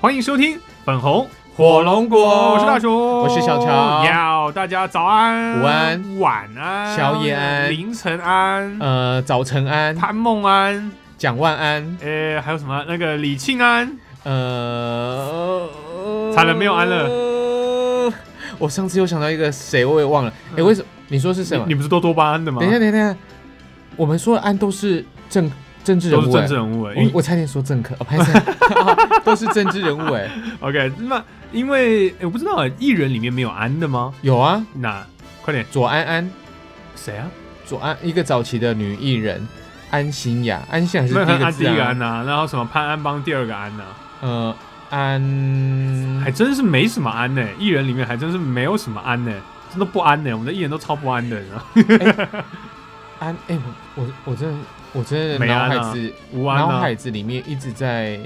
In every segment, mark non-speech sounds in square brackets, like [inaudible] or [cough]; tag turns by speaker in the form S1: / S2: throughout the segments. S1: 欢迎收听粉红
S2: 火龙果，
S1: 我哦是大熊，我
S2: 是小乔
S1: 要大家早安、
S2: 午安、
S1: 晚安、
S2: 宵夜安
S1: 凌晨安、
S2: 呃，早晨安，
S1: 潘梦安，
S2: 蒋万安，
S1: 呃，还有什么那个李庆安，
S2: 呃，
S1: 惨了没有安
S2: 乐。我上次又想到一个谁，我也忘了。哎、
S1: 嗯
S2: 为什么？你说是谁
S1: 你？你不是都多巴胺的吗？
S2: 等一下，等一下，等一下，我们说的案都是政政治
S1: 都
S2: 人
S1: 是
S2: 物、
S1: 政
S2: 哎
S1: 治人物哎、因
S2: 我
S1: 为
S2: 我差点说政客，哦，拍
S1: [laughs]
S2: 手都是政治人物哎、
S1: OK，那因为、哎我不知道哎艺人里面没有安的吗？
S2: 有啊，
S1: 那快点，
S2: 左安安，
S1: 谁啊？
S2: 左安一个早期的女艺人，安心雅，安心雅是
S1: 那
S2: 第一
S1: 很
S2: 个
S1: 安第
S2: 字
S1: 一个
S2: 啊
S1: 安，呐、然后什么潘安邦第二个安呐、啊
S2: 呃，安，
S1: 还真是没什么安呢、艺人里面还真是没有什么安呢、真的不安呢、我们的艺人都超不安的，你知道吗
S2: 安，哎、我我我真的我真的
S1: 没
S2: 脑
S1: 安
S2: 海
S1: 啊
S2: 子
S1: 无安
S2: 脑、
S1: 啊，
S2: 海子里面一直在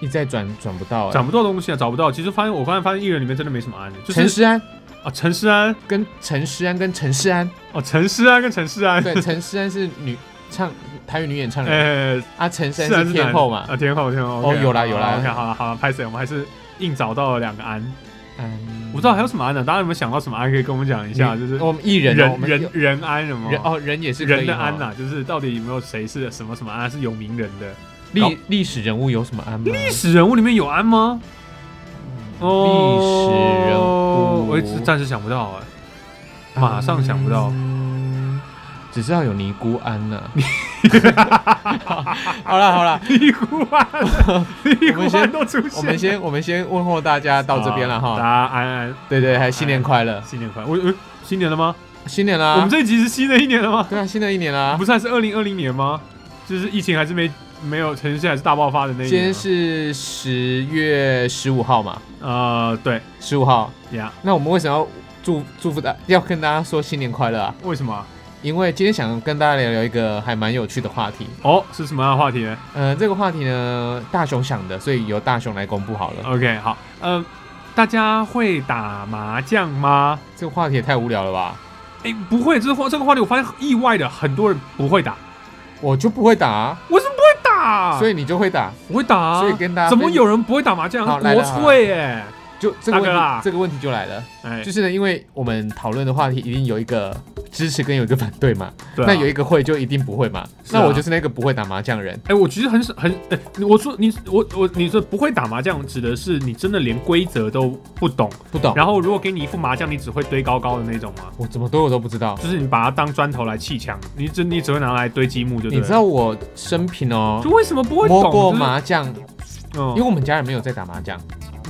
S2: 一直在转转不到、哎
S1: 找不到东西啊，找不到。其实发现我发现发现艺人里面真的没什么安的，就
S2: 陈
S1: 是
S2: 诗安
S1: 啊陈诗安
S2: 跟陈诗安跟陈诗安，
S1: 哦陈诗安跟陈诗
S2: [laughs]
S1: 安，
S2: 对，陈诗安是女唱台语女演唱人、
S1: 呃
S2: 啊，陈诗
S1: 诗安是
S2: 安是
S1: 男
S2: 天
S1: 的
S2: 后嘛，哦
S1: 啊天后天后 OK，
S2: 有啦有啦
S1: 好，OK 好了好了，拍谁？我们还是硬找到了两个安，
S2: 嗯，
S1: 我不知道还有什么安呢？大家有没有想到什么安可以跟我们讲一下？
S2: 女
S1: 就是
S2: 我们艺人哦我
S1: 人
S2: 们
S1: 人
S2: 有
S1: 人安什么
S2: 人哦人也是可以
S1: 人的
S2: 哦
S1: 安呐，啊就是到底有没有谁是什么什么安是有名人的？
S2: 历历史人物有什么安吗？
S1: 历史人物里面有安吗？
S2: 历史人物
S1: 哦我一直暂时想不到哎、马上想不到
S2: 嗯只知道有尼姑安
S1: [laughs]
S2: 呐、好了好了，
S1: 尼姑庵，尼
S2: 我们
S1: 姑庵
S2: 先
S1: 啊都出现了。
S2: [laughs] 我们先我们先问候大家到这边了
S1: 啊好大
S2: 哈，
S1: 家安安，
S2: 对对，还新年快乐，
S1: 新年快乐！我呃，新年了吗？
S2: 新年
S1: 我
S2: 啦
S1: 们，这一集是新的一年了吗？
S2: 啊对啊，新的一年啦
S1: 不，是还是二零二零年吗？就是疫情还是没没有，城市还是大爆发的那一
S2: 今
S1: 年
S2: 天
S1: 吗。
S2: 是十月十五号嘛，
S1: 呃，对
S2: 十五号，
S1: 呀，
S2: 那我们为什么要祝祝福大要跟大家说新年快乐啊？
S1: 为什么啊？
S2: 因为今天想跟大家聊聊一个还蛮有趣的话题，
S1: 哦，是什么样的话题呢
S2: 呃，这个话题呢，大雄想的，所以由大雄来公布好了。
S1: ？OK，好，呃，大家会打麻将吗？
S2: 这个话题也太无聊了吧？
S1: 哎，不会，这话这个话题我发现意外的很多人不会打，
S2: 我就不会打、啊，
S1: 我是不会打，
S2: 所以你就会打，
S1: 我会打啊。
S2: 所以跟大家
S1: 怎么
S2: 分
S1: 有人不会打麻将？
S2: 好来
S1: 国
S2: 了好
S1: 粹哎，
S2: 就这个
S1: 大哥
S2: 问
S1: 啦
S2: 题，这个问题就来了，
S1: 哎
S2: 就是呢，因为我们讨论的话题一定有一个支持跟有一个反对嘛，
S1: 对啊
S2: 那有一个会就一定不会嘛，
S1: 是啊
S2: 那我就是那个不会打麻将人，
S1: 哎、我其实很少很，哎、我说你我我你说不会打麻将，指的是你真的连规则都不懂。
S2: 不懂，
S1: 然后如果给你一副麻将，你只会堆高高的那种吗？
S2: 我怎么对我都不知道。
S1: 就是你把它当砖头来砌墙，你只你只会拿来堆积木，就对
S2: 你
S1: 了。
S2: 知道我生平哦
S1: 就，为什么不会懂？
S2: 摸过麻将，
S1: 就是？嗯
S2: 因为我们家人没有在打麻将，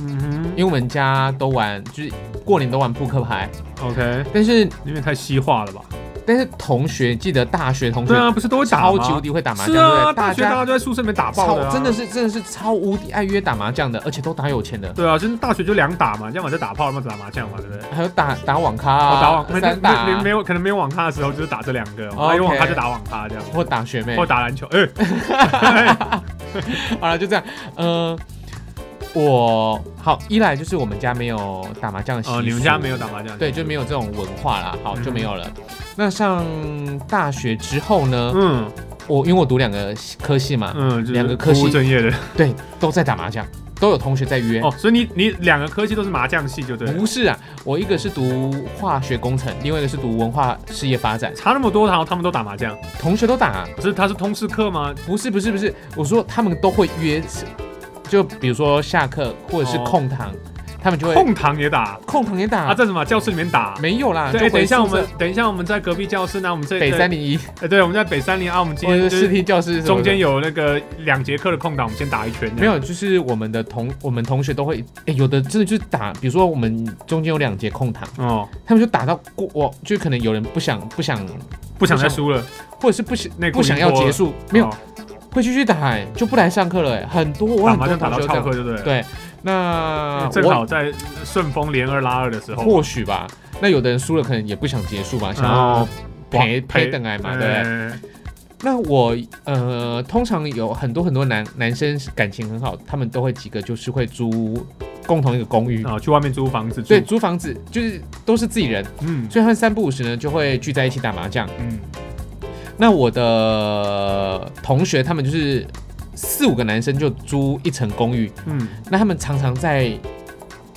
S1: 嗯
S2: 因为我们家都玩，就是过年都玩扑克牌，
S1: 哼，OK，
S2: 但是
S1: 因为太西化了吧？
S2: 但是同学记得大学同学
S1: 对啊，不是都会打
S2: 超
S1: 吗
S2: 级无敌会打麻将，
S1: 是
S2: 对不
S1: 啊，
S2: 对？
S1: 大
S2: 大
S1: 学大
S2: 家
S1: 家都在宿舍里面打爆
S2: 超
S1: 的、啊，
S2: 真的。是真的是超无敌爱约打麻将的，而且都打有钱的，
S1: 对啊，就是大学就两打嘛，要么就打炮，要么就打麻将嘛，对不对？
S2: 还有打打网咖、
S1: 我、
S2: 啊，
S1: 哦打网，没
S2: 三
S1: 没没
S2: 打哦
S1: 没有可能没有网咖的时候就是打这两个，
S2: OK
S1: 没有网咖就打网咖这样。
S2: 或打学妹
S1: 或。打篮球，哎、
S2: [laughs] 好了，就这样。呃，我好一来就是我们家没有打麻将的习俗、
S1: 哦，你们家没有打麻将？
S2: 对就没有这种文化啦，好
S1: 嗯
S2: 就没有了。那上大学之后呢，
S1: 嗯
S2: 我因为我读两个科系嘛，
S1: 嗯，就是
S2: 两个科系
S1: 不务正业的
S2: 对，都在打麻将，都有同学在约。
S1: 哦，所以你你两个科系都是麻将系，就对了，
S2: 不是啊，我一个是读化学工程，另外一个是读文化事业发展，
S1: 差那么多，然后他们都打麻将，
S2: 同学都打啊、
S1: 可是他是通识课吗？
S2: 不是不是不是，我说他们都会约，就比如说下课或者是空堂，他们就会
S1: 哦空堂也打
S2: 空堂也打、
S1: 啊，在什么教室里面打？
S2: 没有啦，
S1: 对，
S2: 就
S1: 哎
S2: 回
S1: 等一下我
S2: 宿舍
S1: 们等一下我们在隔壁教室，那我们这
S2: 北三零一
S1: 哎，对，我们在北三零啊，我们今
S2: [laughs] 或
S1: 天
S2: 者
S1: 就是
S2: 视
S1: 是
S2: 听教室什么的
S1: 中间有那个两节课的空档，我们先打一圈，
S2: 没有，就是我们的同我们同学都会，哎、有的真的就是打，比如说我们中间有两节空堂，
S1: 这样哦，
S2: 他们就打到过，我就可能有人不想不想，
S1: 不想再输了，
S2: 或者是不想
S1: 内裤
S2: 不想
S1: 已经
S2: 要
S1: 脱了
S2: 结束，没有
S1: 哦
S2: 会继续打、哎就不来上课了、哎很多我
S1: 打
S2: 很
S1: 麻
S2: 多
S1: 啊将打到
S2: 同学都这
S1: 翘
S2: 样
S1: 课，就对了。
S2: 对，那
S1: 正
S2: 我
S1: 好在顺风连二拉二的时候，
S2: 或许吧。那有的人输了，可能也不想结束嘛，想
S1: 哦
S2: 要陪陪等来嘛，对不对？
S1: 哎
S2: 那我呃，通常有很多很多男男生感情很好，他们都会几个就是会租共同一个公寓，
S1: 啊，去外面租房子住
S2: 对，，租房子就是都是自己人，
S1: 嗯
S2: 所以他们三不五时呢就会聚在一起打麻将。
S1: 嗯，
S2: 那我的同学他们就是四五个男生就租一层公寓，
S1: 嗯，
S2: 那他们常常在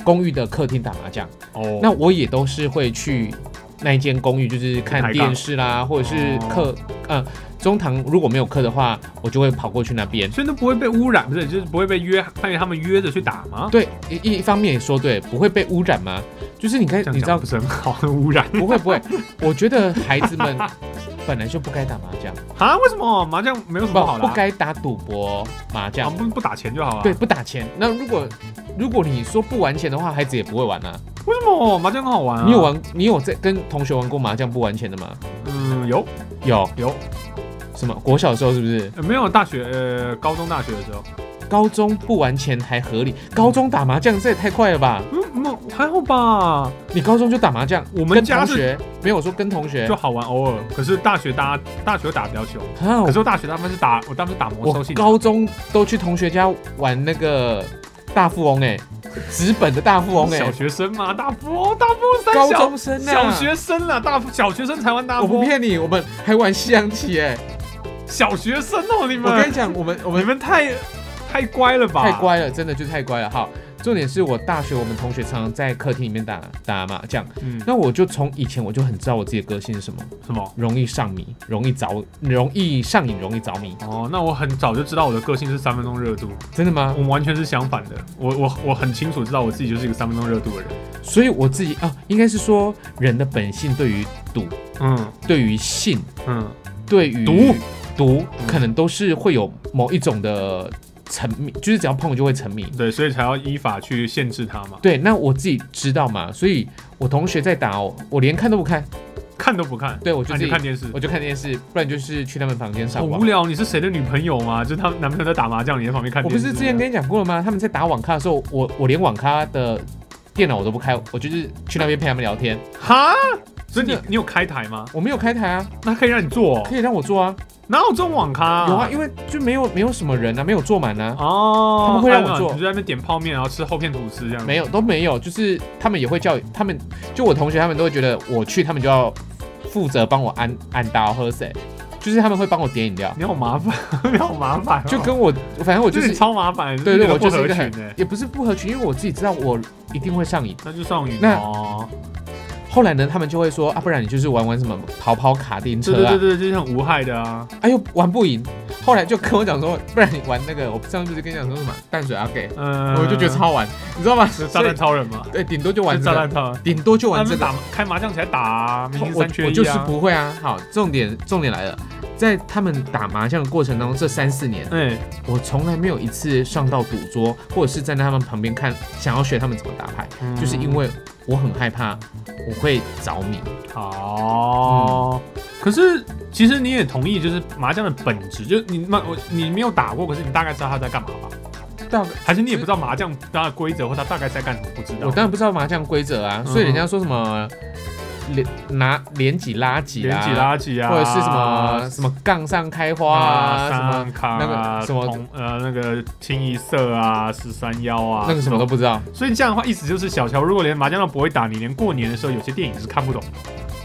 S2: 公寓的客厅打麻将。
S1: 哦，
S2: 那我也都是会去那一间公寓，就是看
S1: 抬杠
S2: 电视啦，或者是
S1: 哦
S2: 课，呃，中堂如果没有课的话，我就会跑过去那边。
S1: 所以那不会被污染，不是，就是不会被约，被他们约着去打吗？
S2: 对，一一方面也说对，不会被污染吗？就是你看，
S1: 这
S2: 你
S1: 样
S2: 知道
S1: 讲不是很好，很污染
S2: 不会不会， [laughs] 我觉得孩子们本来就不该打麻将，
S1: 啊？为什么麻将没有什么好
S2: 不
S1: 啦
S2: 不？该打赌博麻
S1: 啊，
S2: 将，
S1: 不不打钱就好了。
S2: 对，，不打钱。那如果如果你说不玩钱的话，孩子也不会玩啊。
S1: 为什么麻将很好玩啊？
S2: 你有？玩，你有在跟同学玩过麻将不玩钱的吗？
S1: 嗯，有
S2: 有
S1: 有，
S2: 什么？国小的时候是不是？
S1: 呃没有大学呃高中大学的时候，
S2: 高中不玩钱还合理，高中打麻将这也太快了吧？
S1: 嗯，嗯还好吧，
S2: 你高中就打麻将，
S1: 我们
S2: 跟
S1: 家
S2: 同
S1: 是
S2: 学没有我说跟同学
S1: 就好玩偶尔。可是大学大家大学打比较凶，可
S2: 啊，我
S1: 是我大学他们是打我当时打魔兽
S2: 我
S1: 系统，
S2: 高中都去同学家玩那个大富翁哎、纸本的大富翁哎、
S1: 小学生嘛，大波大波三
S2: 高
S1: 小
S2: 中生啊，
S1: 小学生啦，大小学生才玩大
S2: 我不
S1: 波，
S2: 骗你，我们还玩西洋棋哎、
S1: 小学生哦你
S2: 我跟
S1: 们
S2: 你，讲，我们我
S1: 你
S2: 们
S1: 们太太乖了吧？
S2: 太乖了，真的就太乖了。好，重点是我大学我们同学常常在客厅里面打打麻将，
S1: 嗯，
S2: 那我就从以前我就很知道我自己的个性是什么，
S1: 什么？
S2: 容易上迷，容易着，容易上瘾，容易着迷。
S1: 哦，那我很早就知道我的个性是三分钟热度，
S2: 真的吗
S1: 我？们完全是相反的。我我我很清楚知道我自己就是一个三分钟热度的人。
S2: 所以我自己啊，应该是说人的本性对于赌、
S1: 嗯
S2: 对于性、
S1: 嗯，
S2: 对于
S1: 毒
S2: 毒，
S1: 嗯
S2: 可能都是会有某一种的沉迷，就是只要碰就会沉迷。
S1: 对，所以才要依法去限制它嘛，
S2: 对，那我自己知道嘛，所以我同学在打哦，我连看都不看，
S1: 看都不看，
S2: 对我就
S1: 那
S2: 自
S1: 就
S2: 己
S1: 看电视。
S2: 我就看电视，不然就是去他们房间
S1: 好
S2: 上网
S1: 无。聊，你是谁的女朋友吗？就是她男朋友在打麻将，你在旁边看
S2: 我
S1: 电
S2: 不
S1: 视。
S2: 是之前跟你讲过了吗？他们在打网咖的时候，我我连网咖的电脑我都不开，我就是去那边陪他们聊天。
S1: 哈，所以你
S2: 真
S1: 你有开台吗？
S2: 我没有开台啊，
S1: 那可以让你做、哦
S2: 可，以让我做啊，
S1: 哪有这种网咖、
S2: 有啊，，因为就没有没有什么人啊，没有坐满啊，
S1: 哦，
S2: 他们会让我
S1: 哎
S2: 做
S1: 你就在那边点泡面，然后吃厚片吐司这样。
S2: 没有都没有，就是他们也会叫他们，就我同学他们都会觉得我去，他们就要负责帮我按按刀喝水，就是他们会帮我点饮料，
S1: 你好麻烦， [laughs] 你好麻烦哦、
S2: 就跟我反正我就
S1: 就是
S2: 是
S1: 你超麻烦，
S2: 对对，
S1: 你
S2: 我
S1: 不
S2: 就
S1: 合
S2: 是一
S1: 群
S2: 个
S1: 哎、
S2: 很也不是不合群，因为我自己知道我一定会上瘾。
S1: 那就上云
S2: 那
S1: 哦。
S2: 后来呢，他们就会说啊，不然你就是玩玩什么跑跑卡丁车
S1: 对
S2: 啊，
S1: 对对对，就是很无害的啊。
S2: 哎呦玩不赢。后来就跟我讲说，不然你玩那个，我上次不是跟你讲说什么淡水阿给，
S1: 嗯，
S2: 我就觉得超玩，你知道吗？
S1: 是炸弹超人嘛，
S2: 对，顶多就
S1: 就
S2: 玩这
S1: 炸弹
S2: 个，
S1: 超人。
S2: 顶多就
S1: 他
S2: 玩这
S1: 们
S2: 个。
S1: 打开麻将起来打、啊，明星
S2: 我
S1: 三缺一啊。
S2: 我就是不会啊。好，重点重点来了，在他们打麻将的过程当中，这三四年，
S1: 哎、
S2: 我从来没有一次上到赌桌，或者是站在他们旁边看，想要学他们怎么打牌，
S1: 嗯
S2: 就是因为我很害怕我会着迷。
S1: 哦、可是其实你也同意，就是麻将的本质，就是你麻我你没有打过，可是你大概知道他在干嘛吧？
S2: 大
S1: 还是你也不知道麻将它的规则或它大概在干什么，不知
S2: 我
S1: 道。
S2: 当然不知道麻将规则啊，所以
S1: 嗯
S2: 人家说什么连拿连几拉几
S1: 连
S2: 啊，
S1: 几拉几啊，
S2: 或者是什么什么杠上开花啊，什么
S1: 三卡
S2: 那个什么
S1: 同呃那个清一色啊，十三幺啊，
S2: 那个什么都不知道。
S1: 所以这样的话，意思就是小乔如果连麻将都不会打，你连过年的时候有些电影是看不懂，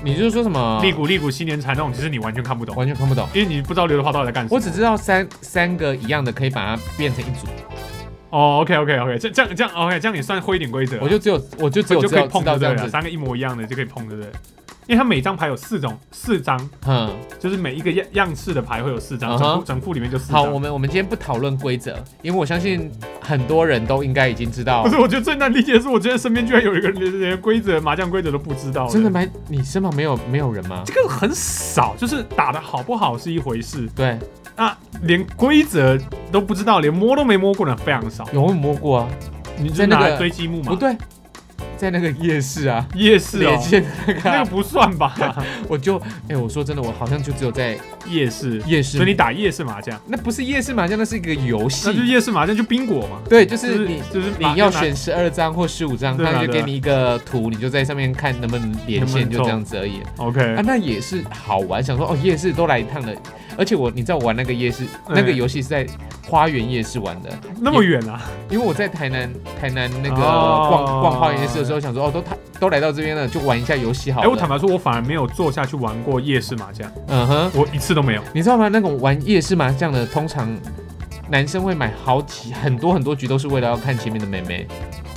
S2: 你就是说什么
S1: 《利古利古新年财》那种，其实你完全看不懂，
S2: 完全看不懂。
S1: 因为你不知道刘德华到底在干什
S2: 我
S1: 么。
S2: 只知道三三个一样的可以把它变成一组，
S1: 哦，OK OK OK，这这样这样 OK，这样也算会一点规则啊，
S2: 我就只有我就 [laughs] 只有
S1: 就
S2: 知
S1: 可以
S2: 道
S1: 碰对
S2: 知道
S1: 不
S2: 这
S1: 对
S2: 样
S1: 了？
S2: 子，
S1: 三个一模一样的就可以碰对不对？因为它每张牌有四种四张，
S2: 嗯，
S1: 就是每一个样样式的牌会有四张，
S2: 嗯
S1: 整
S2: 哼
S1: 副整副里面就四
S2: 好，
S1: 张
S2: 我。们我们今天不讨论规则，因为我相信很多人都应该已经知
S1: [laughs]
S2: 道
S1: 不，是，我觉得最难理解的是，我觉得身边居然有一个人连连规则、麻将规则都不知道。
S2: 真的？吗？你身旁没有没有人吗？
S1: 这个很少，就是打的好不好是一回事，
S2: 对，
S1: 那连规则都不知道，连摸都没摸过的非常少。
S2: 有人摸过啊？
S1: 你就
S2: 在那
S1: 拿
S2: 个
S1: 来堆积木
S2: 不
S1: 嘛？
S2: 对，在那个夜市啊，
S1: 夜市
S2: [laughs]
S1: 哦
S2: 连，线那个
S1: 那
S2: 啊、
S1: 个不算
S2: [laughs]
S1: 吧？
S2: 我就哎、我说真的，我好像就只有在
S1: 夜市，
S2: 夜市，
S1: 所以你打夜市麻将，
S2: 那不是夜市麻将，那是一个游戏
S1: 那就，夜市麻将就宾果嘛，
S2: 对，就
S1: 就是
S2: 你。
S1: 就是麻
S2: 你要
S1: 就拿
S2: 选十二张或十五张，
S1: 对啊
S2: 他就
S1: 对
S2: 给
S1: 啊
S2: 你一个图，你就在上面看能不能连
S1: 能
S2: 线，
S1: 不能
S2: 就这样子而已。啊，
S1: OK，
S2: 那也是好玩，想说哦，夜市都来一趟了。而且我，你知道我玩那个夜市，
S1: 嗯
S2: 那个游戏是在花园夜市玩的，
S1: 那么远啊？
S2: 因为我在台南，台南那个
S1: 哦
S2: 逛、逛花园夜市的时候，想说哦，都台都来到这边了，就玩一下游戏好
S1: 哎、
S2: 了。
S1: 我坦白说，我反而没有坐下去玩过夜市麻将，
S2: 嗯哼，
S1: 我一次都没有。
S2: 你知道吗？那种玩夜市麻将的，通常男生会买好几很多很多局，都是为了要看前面的妹妹。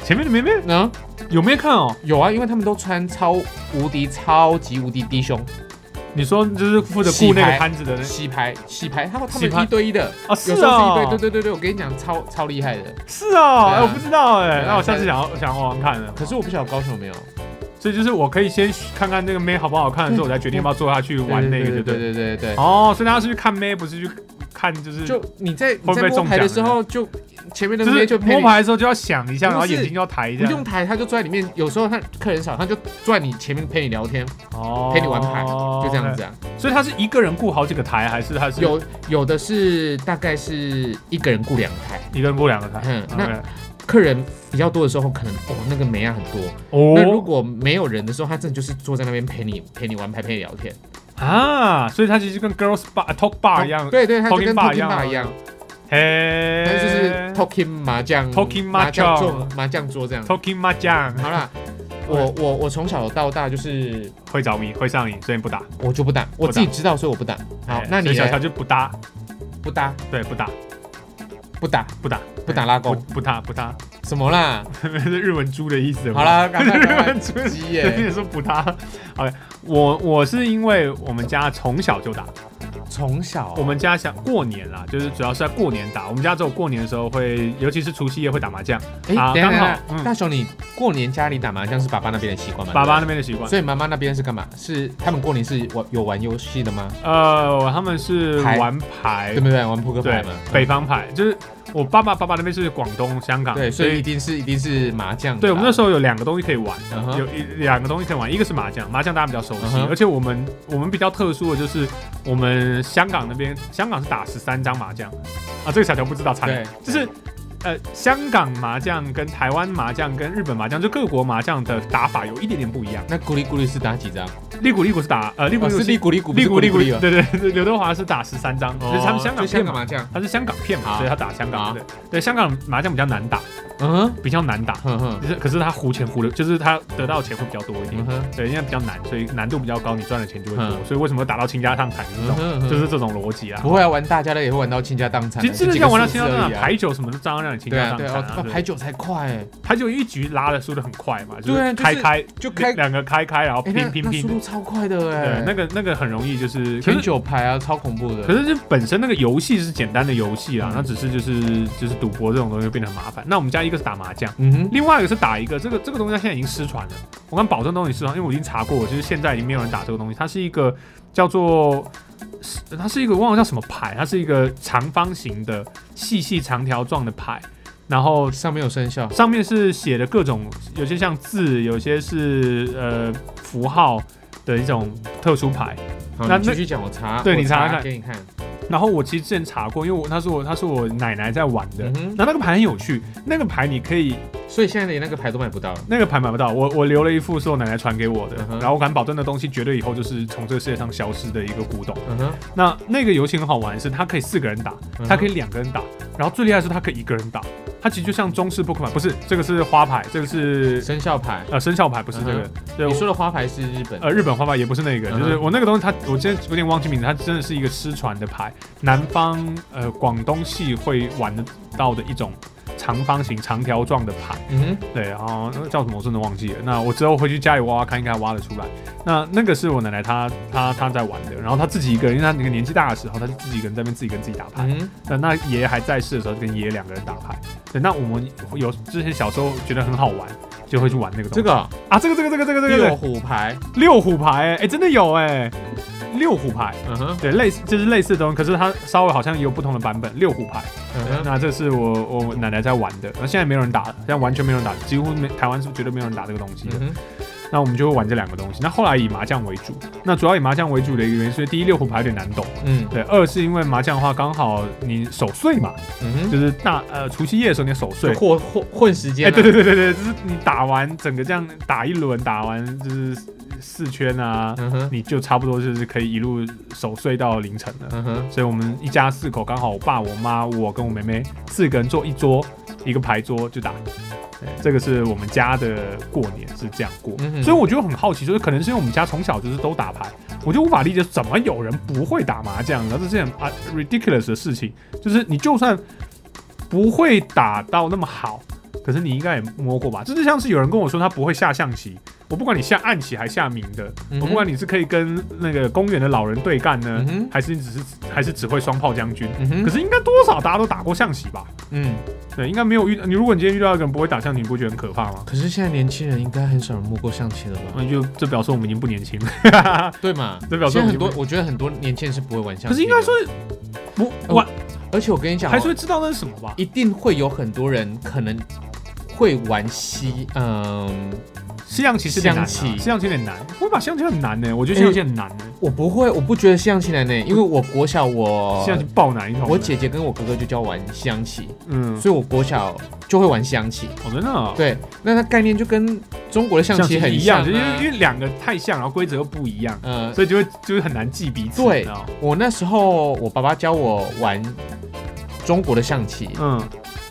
S1: 前面的妹妹
S2: 嗯，
S1: 有没有看哦？
S2: 有啊，因为他们都穿超无敌、超级无敌低胸，
S1: 你说就是负责
S2: 洗
S1: 雇那
S2: 牌
S1: 个摊子的那
S2: 洗牌洗牌，他们他
S1: 洗牌
S2: 们一对一的，
S1: 啊，是
S2: 有时候是一对，对
S1: 哦，
S2: 对对对，我跟你讲，超超厉害的。
S1: 是哦，
S2: 对啊
S1: 哎，我不知道哎，
S2: 对啊
S1: 那我下次想要想要玩玩看了。
S2: 可是我不晓得高雄有没有
S1: 所以就是我可以先看看那个妹好不好看的时候，我再决定要不要坐下去玩那个，对
S2: 嗯对
S1: 不
S2: 对
S1: 对？
S2: 对对对。
S1: 哦，所以大家是去看妹，不是去看就是
S2: 就你在
S1: 会
S2: 你
S1: 不
S2: 在
S1: 会
S2: 摸
S1: 中
S2: 牌的
S1: 奖
S2: 时候，就前面的
S1: 就
S2: 那些
S1: 是
S2: 就陪
S1: 摸
S2: 你
S1: 牌的时候就要想一下，
S2: 不是
S1: 然后眼睛就要抬一
S2: 不
S1: 下，
S2: 用抬，他就坐在里面。有时候他客人少，他就坐在你前面陪你聊天，
S1: 哦
S2: 陪你玩牌，就这样子。啊。
S1: 所以他是一个人雇好几个台，还是他是
S2: 有有的是大概是一个人雇两台，
S1: 一个人雇两个台？
S2: 嗯
S1: OK
S2: 那客人比较多的时候，可能哦那个美亚很多。那如
S1: 哦
S2: 果没有人的时候，他真的就是坐在那边陪你陪你玩牌陪你聊天，
S1: 啊，所以他其实跟 girls bar、talk bar 一样，
S2: 对对，他就跟
S1: Talking bar
S2: Talking
S1: 一样
S2: bar 一样，
S1: 嘿，
S2: 但是就是 Talking 麻将
S1: Talking
S2: 麻将桌
S1: 麻
S2: 麻将桌这样。
S1: talking 麻将，[laughs]
S2: 好啦，我我我从小到大就是
S1: 会着迷，会上瘾，所以不打。
S2: 我就不打，我
S1: 不打
S2: 自己知道，所以我不打。好
S1: 哎，
S2: 那你
S1: 所以小
S2: 呢
S1: 乔就不搭，
S2: 不打
S1: 对，不打，
S2: 不打
S1: 不打，
S2: 不打拉
S1: 不
S2: 弓
S1: 不搭不搭， [laughs]
S2: 什么啦？
S1: 是日文猪的意思。
S2: 好，啦，赶
S1: [laughs]
S2: 快
S1: 日
S2: 赶快
S1: 文猪。
S2: 鸡
S1: 你
S2: 耶！
S1: [laughs] 也说不搭，哎，我我是因为我们家从小就打，
S2: 从小
S1: 我们家想过年啦，就是主要是在过年打。我们家只有过年的时候会，尤其是除夕夜会打麻将。
S2: 哎，
S1: 啊
S2: 等一下等一
S1: 刚好
S2: 下，
S1: 嗯
S2: 大雄，你过年家里打麻将是爸爸那边的习惯吗？
S1: 爸爸那
S2: 对
S1: 边的习
S2: 不对。
S1: 惯，
S2: 所以妈妈那边是干嘛？是他们过年是玩有玩游戏的吗？
S1: 呃，他们是
S2: 牌
S1: 玩牌
S2: 对，不对？玩扑克牌
S1: 哎
S2: 嗯
S1: 对
S2: 吗？，
S1: 北方牌，就是我爸爸爸爸那边是广东、香港，
S2: 对，所以一定是一定是麻将。
S1: 对我们那时候有两个东西可以玩
S2: 嗯哼
S1: 有一两个东西可以玩，一个是麻将，麻将大家比较熟
S2: 嗯
S1: 悉
S2: 哼
S1: 而且我们我们比较特殊的就是我们香港那边，香港是打十三张麻将啊，这个小乔不知道
S2: 候
S1: 猜，
S2: 对，
S1: 就是。呃，香港麻将跟台湾麻将跟日本麻将，就各国麻将的打法有一点点不一样。
S2: 那咕哩咕哩是打几张？
S1: 利古利古是打呃，利古
S2: 哦
S1: 利古
S2: 是利
S1: 是
S2: 咕哩咕
S1: 利古利古，
S2: 哩哦
S1: 对对对，刘德华是打十三张，就是他们香港片
S2: 香
S1: 嘛
S2: 港，麻将。
S1: 他是香港片嘛，
S2: 好
S1: 所以他打香港
S2: 好
S1: 对对，香港麻将比较难打，
S2: 嗯哼
S1: 比较难打，
S2: 哼嗯哼
S1: 可是可是他胡钱胡的，就是他得到的钱会比较多一点
S2: 嗯，哼
S1: 对，因为比较难，所以难度比较高，你赚的钱就会多，
S2: 嗯
S1: 所以为什么打到倾家荡产这
S2: 嗯
S1: 种，
S2: 哼，
S1: 就是这种逻辑啊。
S2: 不会啊，玩大家的也会玩到倾家荡产啊。
S1: 其实真的
S2: 就几个
S1: 要玩到
S2: 数
S1: 倾
S2: 字
S1: 家荡
S2: 而已
S1: 产，
S2: 啊
S1: 牌九什么都照样让你倾
S2: 对
S1: 家
S2: 啊
S1: 荡
S2: 对
S1: 产
S2: 啊，
S1: 啊
S2: 哦，
S1: 对
S2: 排九才快哎，
S1: 牌九一局拉的速度很快嘛，就
S2: 对啊
S1: 是
S2: 就是
S1: 开开
S2: 就开
S1: 两个开开，然后
S2: 哎
S1: 拼
S2: 那
S1: 拼
S2: 那速
S1: 拼，
S2: 度超快的
S1: 对
S2: 哎，，
S1: 那个那个很容易就是，可
S2: 前
S1: 是
S2: 九排啊，超恐怖
S1: 可
S2: 的。
S1: 是就本身那个游戏是简单的游戏啦
S2: 嗯，
S1: 那只是就是就是赌博这种东西就变得很麻烦。那我们家一个是打麻将。
S2: 嗯哼，
S1: 另外一个是打一个，这个这个东西它现在已经失传了，我敢保证东西失传，因为我已经查过，就是现在已经没有人打这个东西。它是一个叫做，是它是一个忘了叫什么牌，它是一个长方形的细细长条状的牌，然后
S2: 上面有生肖，
S1: 上面是写的各种，有些像字，有些是呃符号的一种特殊牌。
S2: 好，
S1: 那
S2: 你
S1: 那
S2: 继续讲，我查，
S1: 对
S2: 我
S1: 你查查看
S2: 给你看。
S1: 然后我其实之前查过，因为我它是我它是我奶奶在玩的
S2: 嗯，哼，
S1: 那、那个牌很有趣，那个牌你可以
S2: 所以现在连那个牌都买不到了。
S1: 那个牌买不到，我我留了一副是我奶奶传给我的
S2: 嗯哼
S1: 然后我敢保证的东西绝对以后就是从这个世界上消失的一个古董。
S2: 嗯哼，
S1: 那那个游戏很好玩，是它可以四个人打，
S2: 嗯
S1: 它可以两个人打，然后最厉害的是它可以一个人打，它其实就像中式扑克牌，不是这个是花牌，这个
S2: 嗯
S1: 是
S2: 生肖牌。
S1: 呃生肖牌，不是这个，对
S2: 你说的花牌是日本，
S1: 呃，日本花牌也不是那个，
S2: 嗯嗯哼
S1: 就是我那个东西它，我今天有点忘记名字，它真的是一个失传的牌，南方呃广东系会玩得到的一种长方形长条状的牌。
S2: 嗯
S1: 对，然后那个叫什么我真的忘记了。那我之后回去家里挖挖看，应该挖得出来。那那个是我奶奶她她她在玩的，然后她自己一个人，因为她那个年纪大的时候，她就自己一个人在那边自己跟自己打牌。
S2: 嗯哼，
S1: 那那爷爷还在世的时候，就跟爷爷两个人打牌。对，那我们有之前小时候觉得很好玩，就会去玩那个东西。
S2: 这个
S1: 啊，这个这个这个这个这
S2: 六
S1: 个
S2: 虎牌，
S1: 六虎牌、哎、真的有哎、六虎牌。
S2: 嗯哼，
S1: 对，类似就是类似的东西，可是它稍微好像有不同的版本，六虎牌。
S2: 嗯哼，
S1: 那这是我我奶奶在玩的，然后现在没有人打了，现在完全没有人打，几乎没台湾是绝对没有人打这个东西的。
S2: 嗯哼，
S1: 那我们就会玩这两个东西。那后来以麻将为主，那主要以麻将为主的一个原因是，第一六虎牌有点难懂，
S2: 嗯
S1: 对；二是因为麻将的话，刚好你守岁嘛，
S2: 嗯哼，
S1: 就是大呃除夕夜的时候你守岁
S2: 就。混混混时间
S1: 哎，
S2: 啊。
S1: 对对对对对，就是你打完整个这样打一轮，打完就是四圈啊，
S2: 嗯哼，
S1: 你就差不多就是可以一路守岁到凌晨了。
S2: 嗯哼，
S1: 所以我们一家四口刚好，我爸、我妈、我跟我妹妹四个人坐一桌，一个牌桌就打。对，这个是我们家的过年是这样过，
S2: 嗯哼
S1: 所以我就很好奇，就是可能是因为我们家从小就是都打牌，我就无法理解怎么有人不会打麻将呢？这是很啊 ridiculous 的事情，就是你就算不会打到那么好，可是你应该也摸过吧？这就像是有人跟我说他不会下象棋，我不管你下暗棋还下明的，
S2: 嗯哼
S1: 我不管你是可以跟那个公园的老人对干呢，
S2: 嗯哼
S1: 还是你只是还是只会双炮将军。
S2: 嗯
S1: 可
S2: 哼，
S1: 是应该多少大家都打过象棋吧？
S2: 嗯，
S1: 对，应该没有遇你。如果你今天遇到一个人不会打象棋，你不会觉得很可怕吗？
S2: 可是现在年轻人应该很少人摸过象棋了吧？
S1: 那就这表示我们已经不年轻了。
S2: 啊对嘛？
S1: 这表示
S2: 现在很
S1: 我
S2: 多
S1: 们，
S2: 我觉得很多年轻人是不会玩象
S1: 可
S2: 棋。
S1: 是应该说，，不
S2: 哦
S1: 玩
S2: 而且我跟你讲哦，
S1: 还是会知道那是什么吧？
S2: 一定会有很多人可能会玩西，嗯，
S1: 西洋棋是有点难啊，
S2: 象棋
S1: 西洋棋有点难。我把西洋棋很难呢，我觉得西洋棋很难呢，
S2: 我不会，我不觉得象棋难呢，因为我国小我
S1: 西洋棋爆难一通呢。
S2: 我姐姐跟我哥哥就教玩象棋，
S1: 嗯，
S2: 所以我国小就会玩象棋。
S1: 哦真的哦
S2: 对，那它概念就跟中国的象棋很
S1: 一样，就是因为
S2: 啊
S1: 因为两个太像，然后规则又不一样，
S2: 呃，
S1: 所以就会就是很难记彼此。
S2: 对
S1: 你知道吗
S2: 我那时候我爸爸教我玩中国的象棋，
S1: 嗯，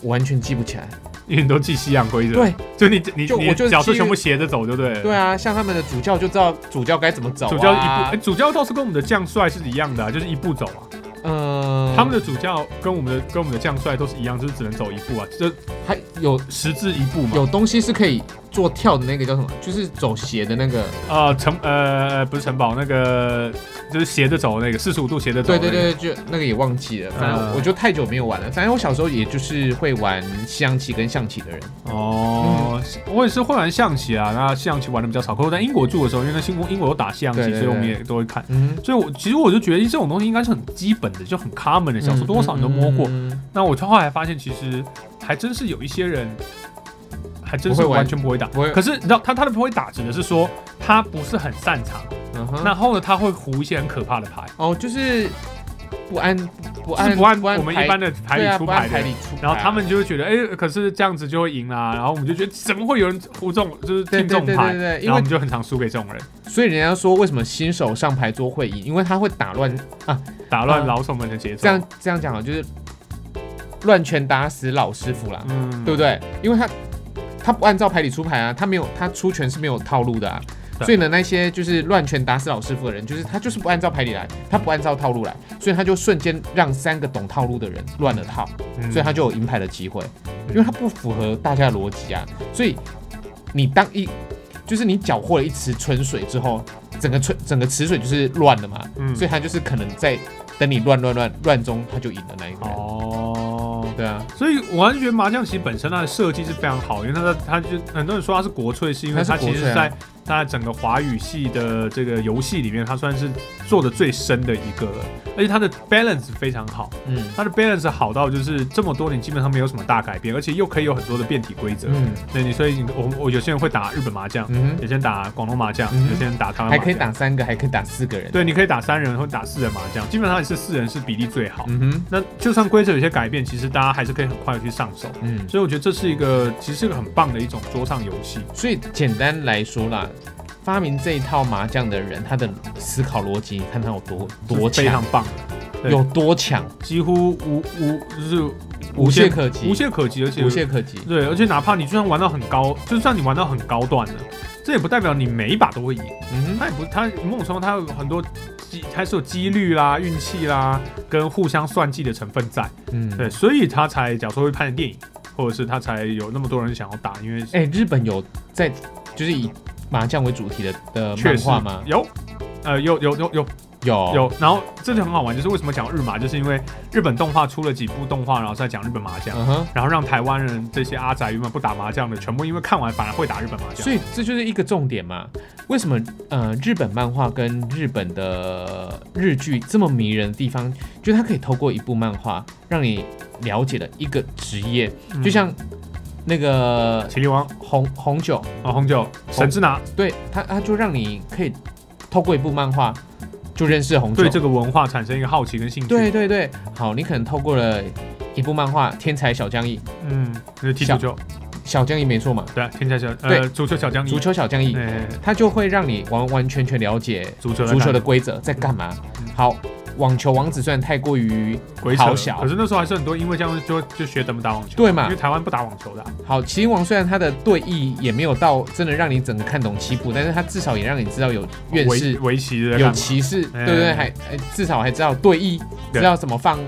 S2: 我完全记不起来。
S1: 因为你都记西洋规则，
S2: 对，
S1: 就你你
S2: 就
S1: 你
S2: 我就是
S1: 角色
S2: 基于
S1: 全部斜着走，就对了。
S2: 对啊，像他们的主教就知道主教该怎么走、啊。
S1: 主教一步，诶，主教倒是跟我们的将帅是一样的啊、就是一步走啊。
S2: 嗯、
S1: [laughs] 他们的主教跟我们的跟我们的将帅都是一样，就是只能走一步啊，就
S2: 还有
S1: 十字一步嘛。
S2: 有东西是可以做跳的那个叫什么？就是走斜的那个。
S1: 啊，城呃不是城堡那个，就是斜着走那个四十五度斜着走、
S2: 对
S1: 那个。
S2: 对对，就那个也忘记了。反正
S1: 嗯
S2: 我就太久没有玩了。反正我小时候也就是会玩象棋跟象棋的人。
S1: 哦，
S2: 嗯
S1: 我也是会玩象棋啊，那象棋玩的比较少。可我在英国住的时候，因为那英国英国有打象棋，
S2: 对对对
S1: 所以我们也都会看。
S2: 嗯，
S1: 所以我其实我就觉得这种东西应该是很基本的，就很 common 的，小时候多少你都摸过。
S2: 嗯嗯嗯嗯
S1: 那我后来发现，其实还真是有一些人，还真是
S2: 不会玩
S1: 完全不会打。
S2: 不会
S1: 可是你知道他他的不会打，指的是说他不是很擅长，
S2: 嗯哼
S1: 然后呢他会胡一些很可怕的牌，
S2: 哦，就是不按不
S1: 就
S2: 按
S1: 是不按
S2: 不按
S1: 我们
S2: 牌
S1: 一般的牌
S2: 对
S1: 理
S2: 啊
S1: 出
S2: 不按
S1: 牌
S2: 牌
S1: 的。
S2: 理出牌啊。
S1: 然后他们就会觉得，哎，可是这样子就会赢啦。然后我们就觉得，怎么会有人胡这种就是
S2: 对
S1: 听这
S2: 对
S1: 种
S2: 对
S1: 牌
S2: 对？对，
S1: 然
S2: 因
S1: 后我
S2: 为
S1: 们就很常输给这种人，
S2: 所以人家说为什么新手上牌桌会赢，因为他会打乱。
S1: 打乱
S2: 嗯
S1: 老手们的节奏。
S2: 这样这样讲好，就是乱拳打死老师傅啦，
S1: 嗯
S2: 对不对？因为他他不按照牌理出牌啊，他没有他出拳是没有套路的啊。
S1: 对
S2: 所以呢，那些就是乱拳打死老师傅的人，就是他就是不按照牌理来，他不按照套路来，所以他就瞬间让三个懂套路的人乱了套。
S1: 嗯
S2: 所以他就有赢牌的机会，因为他不符合大家的逻辑啊。所以你当一就是你缴获了一池春水之后，整个春整个池水就是乱的嘛，
S1: 嗯
S2: 所以他就是可能在等你乱乱乱乱中，他就赢了那一盘。
S1: 哦，
S2: 对啊，
S1: 所以我还是觉得麻将棋本身它的设计是非常好，因为它的它就很多人说它是国粹，是因为它
S2: 它是
S1: 其
S2: 国
S1: 实
S2: 粹啊
S1: 是在它整个华语系的这个游戏里面，它算是做的最深的一个了，而且它的 balance 非常好，
S2: 嗯
S1: 它的 balance 好到就是这么多年基本上没有什么大改变，而且又可以有很多的变体规则。
S2: 嗯
S1: 对你，所以你我我有些人会打日本麻将，
S2: 嗯
S1: 有些人打广东麻将，
S2: 嗯
S1: 有些人打台湾
S2: 哼，
S1: 麻
S2: 还
S1: 将，
S2: 可以打三个，还可以打四个人。，
S1: 对，你可以打三人或打四人麻将，基本上也是四人是比例最好。
S2: 嗯哼，
S1: 那就算规则有些改变，其实大家还是可以很快的去上手。
S2: 嗯，
S1: 所以我觉得这是一个，其实是个很棒的一种桌上游戏。
S2: 所以简单来说啦。发明这一套麻将的人，他的思考逻辑，你看他有多多
S1: 是非常
S2: 强，
S1: 棒的，对
S2: 有多强，
S1: 几乎无无就是
S2: 无懈可击，
S1: 无懈可击，而且
S2: 无懈可击。
S1: 对，而且哪怕你就算玩到很高，就算你玩到很高段的，这也不代表你每一把都会赢。
S2: 嗯哼，
S1: 它也不，它某种程度它有很多机，还是有几率啦、运气啦，跟互相算计的成分在。
S2: 嗯，
S1: 对，所以他才假如说会拍成电影，或者是他才有那么多人想要打，因为
S2: 哎、日本有在就是以麻将为主题的的
S1: 确
S2: 漫
S1: 实
S2: 画吗？
S1: 有，呃，有有有有
S2: 有
S1: 有，然后这就很好玩，就是为什么讲日麻，就是因为日本动画出了几部动画，然后再讲日本麻将，
S2: 嗯哼，
S1: 然后让台湾人这些阿宅原本不打麻将的，全部因为看完反而会打日本麻将
S2: 所。以这就是一个重点嘛。为什么呃日本漫画跟日本的日剧这么迷人的地方，就是它可以透过一部漫画让你了解了一个职业，
S1: 嗯
S2: 就像那个
S1: 麒麟王
S2: 红红酒，
S1: 啊，红酒神之拿
S2: 对它它就让你可以透过一部漫画就认识红酒
S1: 对。这个文化产生一个好奇跟兴趣。
S2: 对，对对，好，你可能透过了一部漫画《天才小将一》，
S1: 嗯，就是踢足球，
S2: 小将一没错嘛，
S1: 对啊，天才小呃
S2: 对
S1: 足球小将一
S2: 足，球小将一，
S1: 哎，
S2: 它就会让你完完全全了解
S1: 足球
S2: 足球
S1: 的
S2: 的规则在干嘛
S1: 嗯。
S2: 好，网球王子虽然太过于
S1: 鬼扯
S2: 好。小
S1: 可，是那时候还是很多，因为这样就就学怎么打网球，
S2: 对嘛
S1: 因为台湾不打网球的啊、
S2: 好，麒麟王虽然他的对弈也没有到真的让你整个看懂棋谱，但是他至少也让你知道有院
S1: 围
S2: 士、
S1: 围棋的在
S2: 有
S1: 干嘛
S2: 骑士，
S1: 哎
S2: 对不对？还哎至少还知道对弈，
S1: 对
S2: 知道怎么放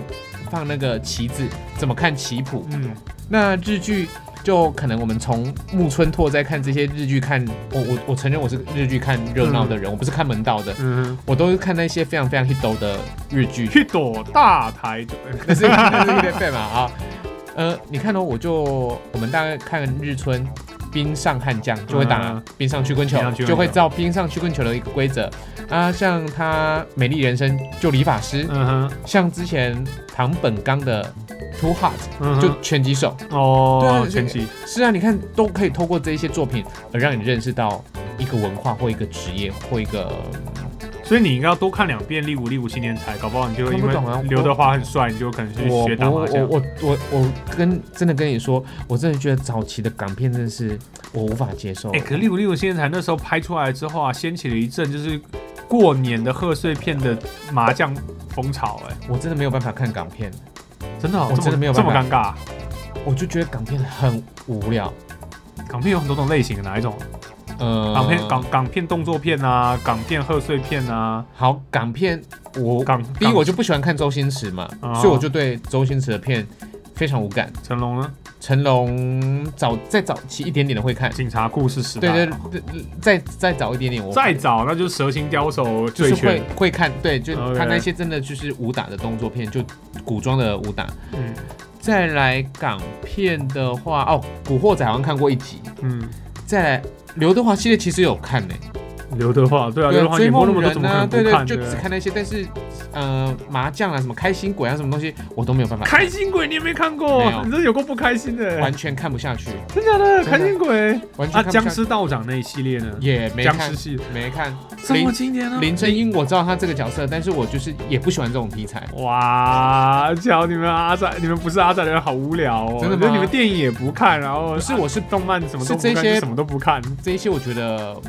S2: 放那个棋子，怎么看棋谱。
S1: 嗯，
S2: 那日剧就可能我们从木村拓哉看这些日剧看，我我我承认我是日剧看热闹的人，我不是看门道的，
S1: 嗯
S2: 我都是看那些非常非常 hit 的日剧，
S1: 去躲大台 [laughs] 就，
S2: 那是那是一个对嘛啊？呃，你看哦，我就我们大概看日春冰上悍将就会打
S1: 嗯
S2: 冰上曲棍球
S1: 冰上，曲棍球
S2: 就会知道冰上曲棍球的一个规则啊。像他美丽人生就理发师，
S1: 嗯哼，
S2: 像之前唐本刚的 Too Hot
S1: 嗯哼，
S2: 就拳击手，对啊
S1: 哦
S2: 就，是
S1: 拳击，
S2: 是啊，你看都可以透过这一些作品而让你认识到一个文化或一个职业或一个
S1: 所以你应该要多看两遍《力武力武新年才》，搞不好你就
S2: 看
S1: 因
S2: 不
S1: 为
S2: 懂啊
S1: 刘德华很帅，你就可能去
S2: 我
S1: 学打麻
S2: 我
S1: 将。
S2: 我我我跟真的跟你说，我真的觉得早期的港片真的是我无法接受。
S1: 哎、可是《力武力武新年才》那时候拍出来之后啊，掀起了一阵就是过年的贺岁片的麻将风潮、
S2: 我真的没有办法看港片，
S1: 哎，真的、哦，
S2: 我
S1: 这么
S2: 真的没有
S1: 这
S2: 办
S1: 么
S2: 法
S1: 尴尬啊、
S2: 我就觉得港片很无聊。
S1: 港片有很多种类型，哪一种？
S2: 呃，
S1: 港片、港港片动作片啊，港片贺岁片啊，
S2: 好港片，我
S1: 港
S2: 第一
S1: 港
S2: 我就不喜欢看周星驰嘛，
S1: 哦
S2: 所以我就对周星驰的片非常无感。
S1: 成龙呢，
S2: 成龙早再早期一点点的会看，
S1: 《警察故事时代》
S2: 对对对，再再早一点点我
S1: 再早那就是《蛇形刁手》《
S2: 就
S1: 醉
S2: 是
S1: 拳
S2: 会》，会看，对，就
S1: OK
S2: 他那些真的就是武打的动作片，就古装的武打。
S1: 嗯
S2: 再来港片的话，哦，《古惑仔》好像看过一集。
S1: 嗯，
S2: 再来，刘德华系列其实有看呢、
S1: 刘德华对啊，刘德华
S2: 追
S1: 演过那
S2: 梦
S1: 么多，
S2: 人啊
S1: 怎么可能
S2: 对
S1: 不
S2: 对，
S1: 看？
S2: 就只看那些。但是，呃，麻将啊，什么开心鬼啊，什么东西，我都没有办法，
S1: 开心鬼你也没看过
S2: 没，有
S1: 你这有过不开心的，欸
S2: 完全看不下去，
S1: 真假的？
S2: 真的
S1: 开心鬼
S2: 完全
S1: 啊，
S2: 看不下
S1: 僵
S2: 去。
S1: 尸道长那一系列呢？
S2: 也没
S1: 僵
S2: 看
S1: 尸，啊系
S2: 没看。
S1: 这么经典呢？
S2: 林正英我知道他这个角色，但是我就是也不喜欢这种题材。
S1: 哇，瞧你们阿仔，你们不是阿仔的人好无聊哦！
S2: 真的吗
S1: 就是你们电影也不看，然后
S2: 不是，我是
S1: 动漫什么都不
S2: 是
S1: 看，
S2: 这些
S1: 就什么都不看。
S2: 这一些我觉得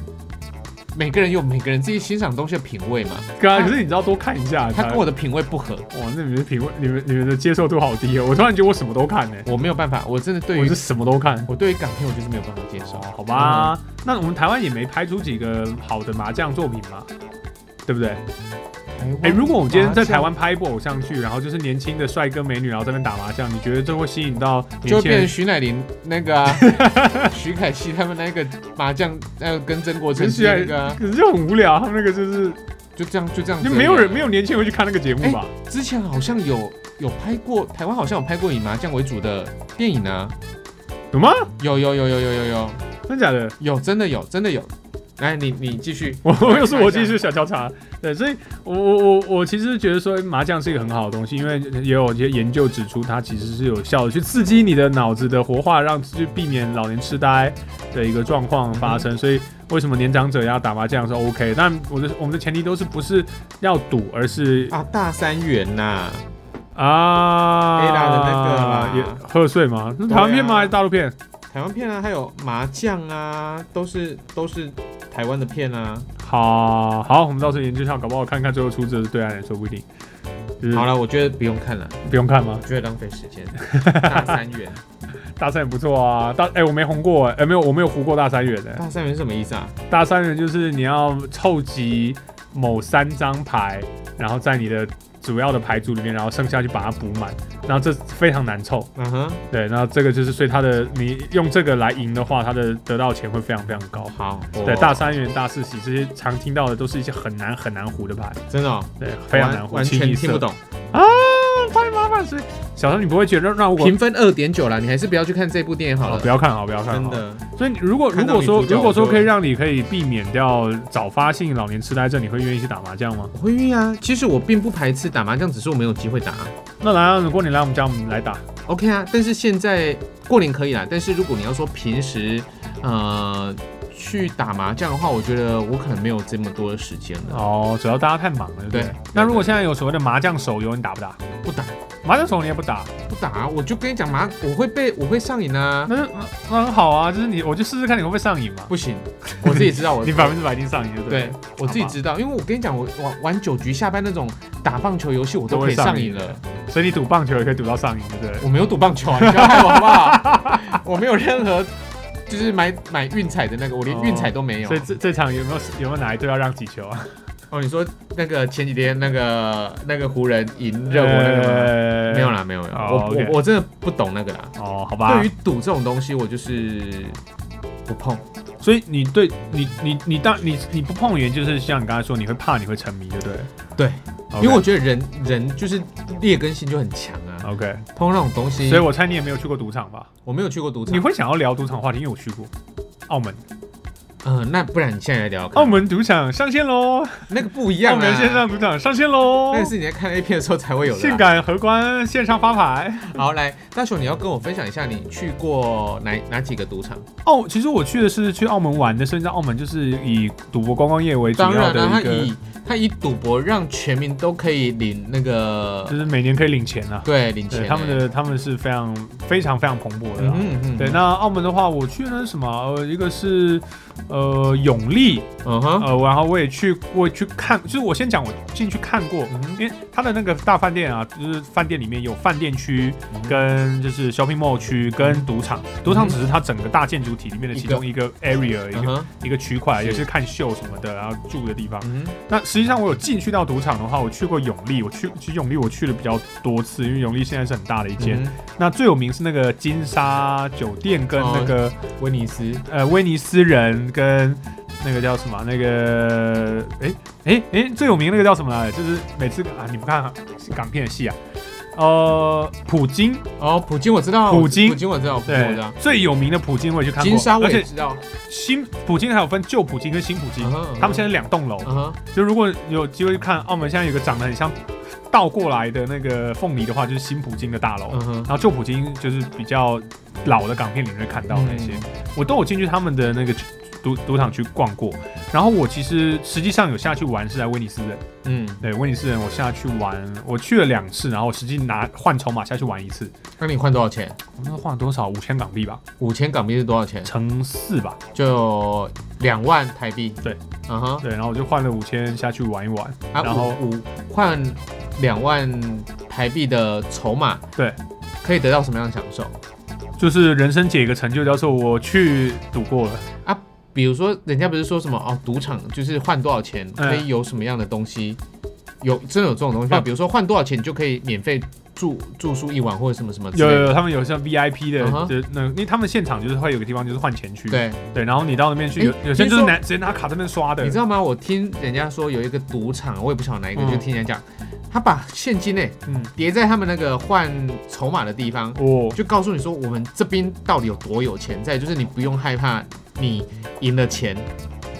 S2: 每个人有每个人自己欣赏东西的品味嘛，
S1: 哥啊，
S2: 他
S1: 可是你知道多看一下，
S2: 他
S1: 才
S2: 跟我的品味不合，
S1: 哇，那你们的品味，你们你们的接受度好低哦！我突然觉得我什么都看呢、欸
S2: 我没有办法，我真的对
S1: 我
S2: 于
S1: 是什么都看。
S2: 我对于港片我就是没有办法接受，
S1: 好吧，
S2: 嗯
S1: 那我们台湾也没拍出几个好的麻将作品嘛，对不对？
S2: 嗯。
S1: 哎、如果我们今天在台
S2: 麻
S1: 湾拍一部偶像剧，然后就是年轻的帅哥美女，然后在那边打麻将，你觉得这会吸引到年
S2: 将就会
S1: 轻
S2: 变成
S1: 人？
S2: 徐乃麟那个啊，
S1: [laughs]
S2: 徐凯熙他们那个麻将，那个跟曾国成
S1: 徐乃
S2: 那个啊，
S1: 可是就很无聊，他们那个就是
S2: 就这样就这样子
S1: 就
S2: 而已啊，
S1: 没有人没有年轻人会去看那个节目吧？
S2: 之前好像有有拍过，台湾好像有拍过以麻将为主的电影啊，
S1: 有吗？
S2: 有有有有有有有
S1: 真假的？
S2: 有，真的有真的有。来，你你继续，
S1: 我我又是我继续小调
S2: [laughs]
S1: 查，对，所以我我我我其实觉得说麻将是一个很好的东西，因为也有一些研究指出它其实是有效的，去刺激你的脑子的活化，让去避免老年痴呆的一个状况发生。
S2: 嗯
S1: 所以为什么年长者要打麻将是 OK？但我的我们的前提都是不是要赌，而是
S2: 啊，大三元呐、
S1: 啊
S2: A 大的那个啦
S1: 也贺岁吗？是台湾片
S2: 对
S1: 吗？
S2: 啊
S1: 还是大陆片？
S2: 台湾片啊，还有麻将啊，都是都是台湾的片啊。
S1: 好好，我们到时候研究一下，搞不好看看最后出资对岸来说不一定。就是
S2: 好了，我觉得不用看了，
S1: 不用看吗
S2: 我？觉得浪费
S1: [laughs]
S2: 时间。大三元，
S1: 大三元不错啊，大哎、我没红过哎、哎没有我没有糊过大三元的、
S2: 大三元是什么意思啊？
S1: 大三元就是你要凑集某三张牌，然后在你的主要的牌组里面，然后剩下去把它补满，然后这非常难凑。
S2: 嗯哼，
S1: 对，然后这个就是所以它的你用这个来赢的话，它的得到钱会非常非常高。
S2: 好，我
S1: 对，大三元、大四喜这些常听到的都是一些很难很难糊的牌，
S2: 真的、哦、
S1: 对，非常难
S2: 完
S1: 糊，
S2: 完
S1: 清
S2: 全
S1: 一色
S2: 听不懂。
S1: 啊，太麻烦。所以小张，你不会觉得让我
S2: 评分二点九啦，你还是不要去看这部电影好
S1: 好
S2: 了。
S1: 不要看好，不要看好
S2: 真。的，
S1: 所以你如果如
S2: 看到
S1: 果说
S2: 女主角
S1: 如果说
S2: 我就
S1: 可以让你可以避免掉早发性老年痴呆症，你会愿意去打麻将吗？
S2: 我会晕啊。其实我并不排斥打麻将，只是我没有机会打啊、
S1: 那来啊，如果你来我们家，我们来打。
S2: OK 啊，但是现在过年可以啦，但是如果你要说平时，呃，去打麻将的话，我觉得我可能没有这么多的时间了。
S1: 哦，主要大家太忙了，对不对？
S2: 嗯对
S1: 那如果现在有所谓的麻将手游，你打不打？
S2: 不打，
S1: 麻将手你也不打，
S2: 不打，我就跟你讲嘛，我会被我会上瘾啊，
S1: 那就那那很好啊，就是你我就试试看你会不会上瘾嘛。
S2: 不行，我自己知道
S1: [laughs]
S2: 我
S1: 你百分之百一定上瘾，对不
S2: 哦对
S1: 对？
S2: 我自己知道，因为我跟你讲，我玩玩九局下班那种打棒球游戏，我都可以上瘾
S1: 都会上
S2: 了。
S1: 所以你赌棒球也可以赌到上瘾，对不对？
S2: 我没有赌棒球啊，你不要害我好不好？ [laughs] 我没有任何就是买买运彩的那个，我连
S1: 哦
S2: 运彩都没有
S1: 所。以这这场有没有有没有哪一队要让几球啊？
S2: 哦，你说那个前几天那个那个湖人赢热火那个吗？
S1: 呃
S2: 没有。啦，没有，没有
S1: 哦
S2: 我
S1: OK
S2: 我我真的不懂那个啦。
S1: 哦，好吧
S2: 对于。赌这种东西，我就是不碰。
S1: 所以你对你你你当你你不碰圆，就是像你刚才说，你会怕你会沉迷，对不对？
S2: 对
S1: OK，
S2: 因为我觉得人人就是劣根性就很强啊，
S1: OK，
S2: 碰那种东西，
S1: 所以我猜你啊也没有去过赌场吧？
S2: 我没有去过赌场。
S1: 你会想要聊赌场话题，因为我去过澳门，
S2: 嗯、那不然你现在来聊聊看
S1: 澳门赌场上线喽！
S2: 那个不一
S1: 澳
S2: 样
S1: 门
S2: 啊，
S1: 线上赌场上线喽
S2: 那！个是你在看 A 片的时候才会有的
S1: 性
S2: 啦。
S1: 感荷官线上发牌
S2: 好，来大雄，你要跟我分享一下你去过哪哪几个赌场？
S1: 哦。其实我去的是去澳门玩的，甚至澳门就是以赌博观光业为主
S2: 当
S1: 要
S2: 然了、啊
S1: 的
S2: 他
S1: 一个，
S2: 以他以赌博让全民都可以领那
S1: 就
S2: 个
S1: 是每年可以领钱啊。
S2: 对领钱欸、
S1: 对，他们的他们是非常非常非常蓬勃的啊
S2: 嗯
S1: 啦。
S2: 哼嗯哼
S1: 对，那澳门的话，我去的那是什么？呃，一个是呃永利，
S2: 嗯哼
S1: 呃，然后我也去，我也去看，就是我先讲我进去看过，
S2: 嗯哼
S1: 因为它的那个大饭店啊，就是饭店里面有饭店区
S2: 嗯哼
S1: 跟就是 shopping mall 区跟赌场，赌场只是它整个大建筑体里面的
S2: 一
S1: 其
S2: 个
S1: 中一个 area 一
S2: 嗯
S1: 个
S2: 哼
S1: 一个区块，
S2: 是
S1: 也是看秀什么的，然后住的地方。
S2: 嗯哼
S1: 那实际上我有进去到赌场的话，我去过永利，我去其实永利我去了比较多次，因为永利现在是很大的一间。
S2: 嗯
S1: 那最有名是那个金沙酒店跟那个、
S2: 哼威尼斯
S1: 呃威尼斯人跟那个叫什么啊那个诶诶诶最有名那个叫什么来着？就是每次啊你不看港片的戏啊，呃普京
S2: 哦，普京我知道，
S1: 普
S2: 我
S1: 京
S2: 普京我知道，普京我
S1: 对
S2: 知道，
S1: 最有名的普京我也去看过，
S2: 金沙我
S1: 而
S2: 也
S1: 且
S2: 知道，
S1: 新普京还有分旧普京跟新普京，
S2: 嗯哼
S1: 他们现在是两栋楼，
S2: 嗯哼
S1: 就如果有机会去看澳门现在有个长得很像倒过来的那个凤梨的话，就是新普京的大楼。
S2: 嗯哼
S1: 然后旧普京就是比较老的港片里面会看到的那
S2: 嗯
S1: 些，我都有进去他们的那个赌赌场去逛过。然后我其实实际上有下去玩是在威尼斯人，
S2: 嗯，
S1: 对威尼斯人我下去玩，我去了两次，然后我实际拿换筹码下去玩一次，
S2: 那你换多少钱？
S1: 我那换了多少？五千港币吧，
S2: 五千港币是多少钱？
S1: 乘四吧，
S2: 就两万台币。
S1: 对，
S2: 嗯哼，
S1: 对，然后我就换了五千下去玩一玩，
S2: 啊，
S1: 然后
S2: 五五换两万台币的筹码，
S1: 对，
S2: 可以得到什么样的享受？
S1: 就是人生解一个成就，叫做我去赌过了。
S2: 比如说，人家不是说什么哦，赌场就是换多少钱
S1: 嗯
S2: 可以有什么样的东西？有真的有这种东西吗？
S1: 啊
S2: 比如说换多少钱你就可以免费住住宿一晚，或者什么什么之
S1: 有
S2: 类
S1: 有
S2: 的。
S1: 有，他们有像 VIP 的
S2: 嗯哼
S1: 就是那，因为他们现场就是会有个地方就是换钱区，
S2: 对，
S1: 对，然后你到那边去，有
S2: 诶
S1: 有些
S2: 听
S1: 就
S2: 说
S1: 是拿直接拿卡在那边刷的
S2: 你，知道吗？我听人家说有一个赌场，我也不晓得哪一个，
S1: 嗯
S2: 就听人家讲，他把现金诶
S1: 嗯，
S2: 叠在他们那个换筹码的地方，
S1: 哦，
S2: 就告诉你说我们这边到底有多有钱在，就是你不用害怕你赢了钱，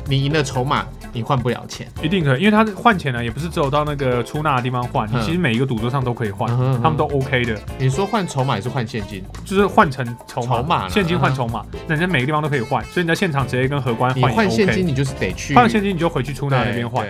S2: 你赢了筹码，你换不了钱。
S1: 一定可以，因为他换钱呢，也不是只有到那个出纳的地方换，你
S2: 嗯
S1: 其实每一个赌桌上都可以换
S2: 嗯哼嗯，哼
S1: 他们都 OK 的，
S2: 你说换筹码也是换现金，
S1: 就是换成筹
S2: 筹码
S1: 码，
S2: 啦
S1: 现金换
S2: 嗯
S1: 筹码，那人家每个地方都可以换，所以你在现场直接跟荷官
S2: 你
S1: 啊换也
S2: 换现
S1: OK
S2: 金。你就是得去
S1: 换了现金你就回去出纳那边换，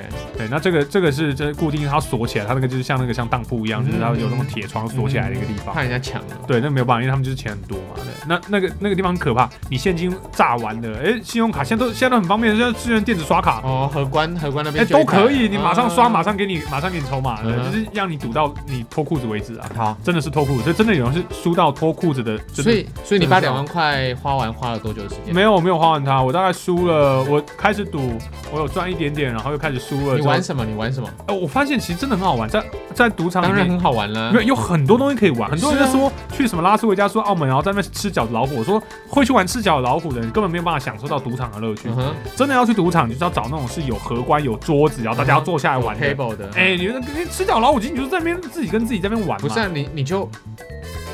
S1: 对，
S2: 对
S1: 那这个这个是就是固定，它锁起来，它那个就是像那个像当铺一样，就是它
S2: 嗯
S1: 有那种铁窗锁起来的一个地方
S2: 怕。人家抢啊了。
S1: 对，那没有办法，因为他们就是钱很多嘛。对，那那个那个地方很可怕，你现金炸完了，哎，信用卡现在都现在都很方便，现在支援电子刷卡，
S2: 哦，荷官荷官那
S1: 哎
S2: 边就
S1: 都
S2: 有一台
S1: 可以，你马上刷，
S2: 啊
S1: 马上给你马上给你筹码，对，
S2: 嗯哼
S1: 就是让你赌到你脱裤子为止啊。
S2: 好。
S1: 真的是脱裤子，所以真的有人是输到脱裤子的，真的
S2: 所以所以你把
S1: 真的是
S2: 两万块花完花了多久的时间？
S1: 没有没有花完它，我大概输了，我开始赌，我有赚一点点，然后又开始输了。
S2: 你
S1: 之后
S2: 玩什么？你玩什么？
S1: 哎我发现其实真的很好玩，在在赌场里
S2: 当然
S1: 面。
S2: 很好玩啦
S1: 没。有有很多东西可以玩，很多人在
S2: 是啊
S1: 说、去什么拉斯维加斯、澳门，然后在那边吃饺子老虎。我说会去玩吃饺子老虎的人，根本没有办法享受到赌场的乐趣。
S2: 嗯哼
S1: 真的要去赌场，你就是要找那种是有荷官、有桌子，然后大家要坐下来玩的。
S2: ，table 的。
S1: 哎、你那个吃饺老虎机，你就是在那边自己跟自己在那边玩嘛。
S2: 不是啊你你就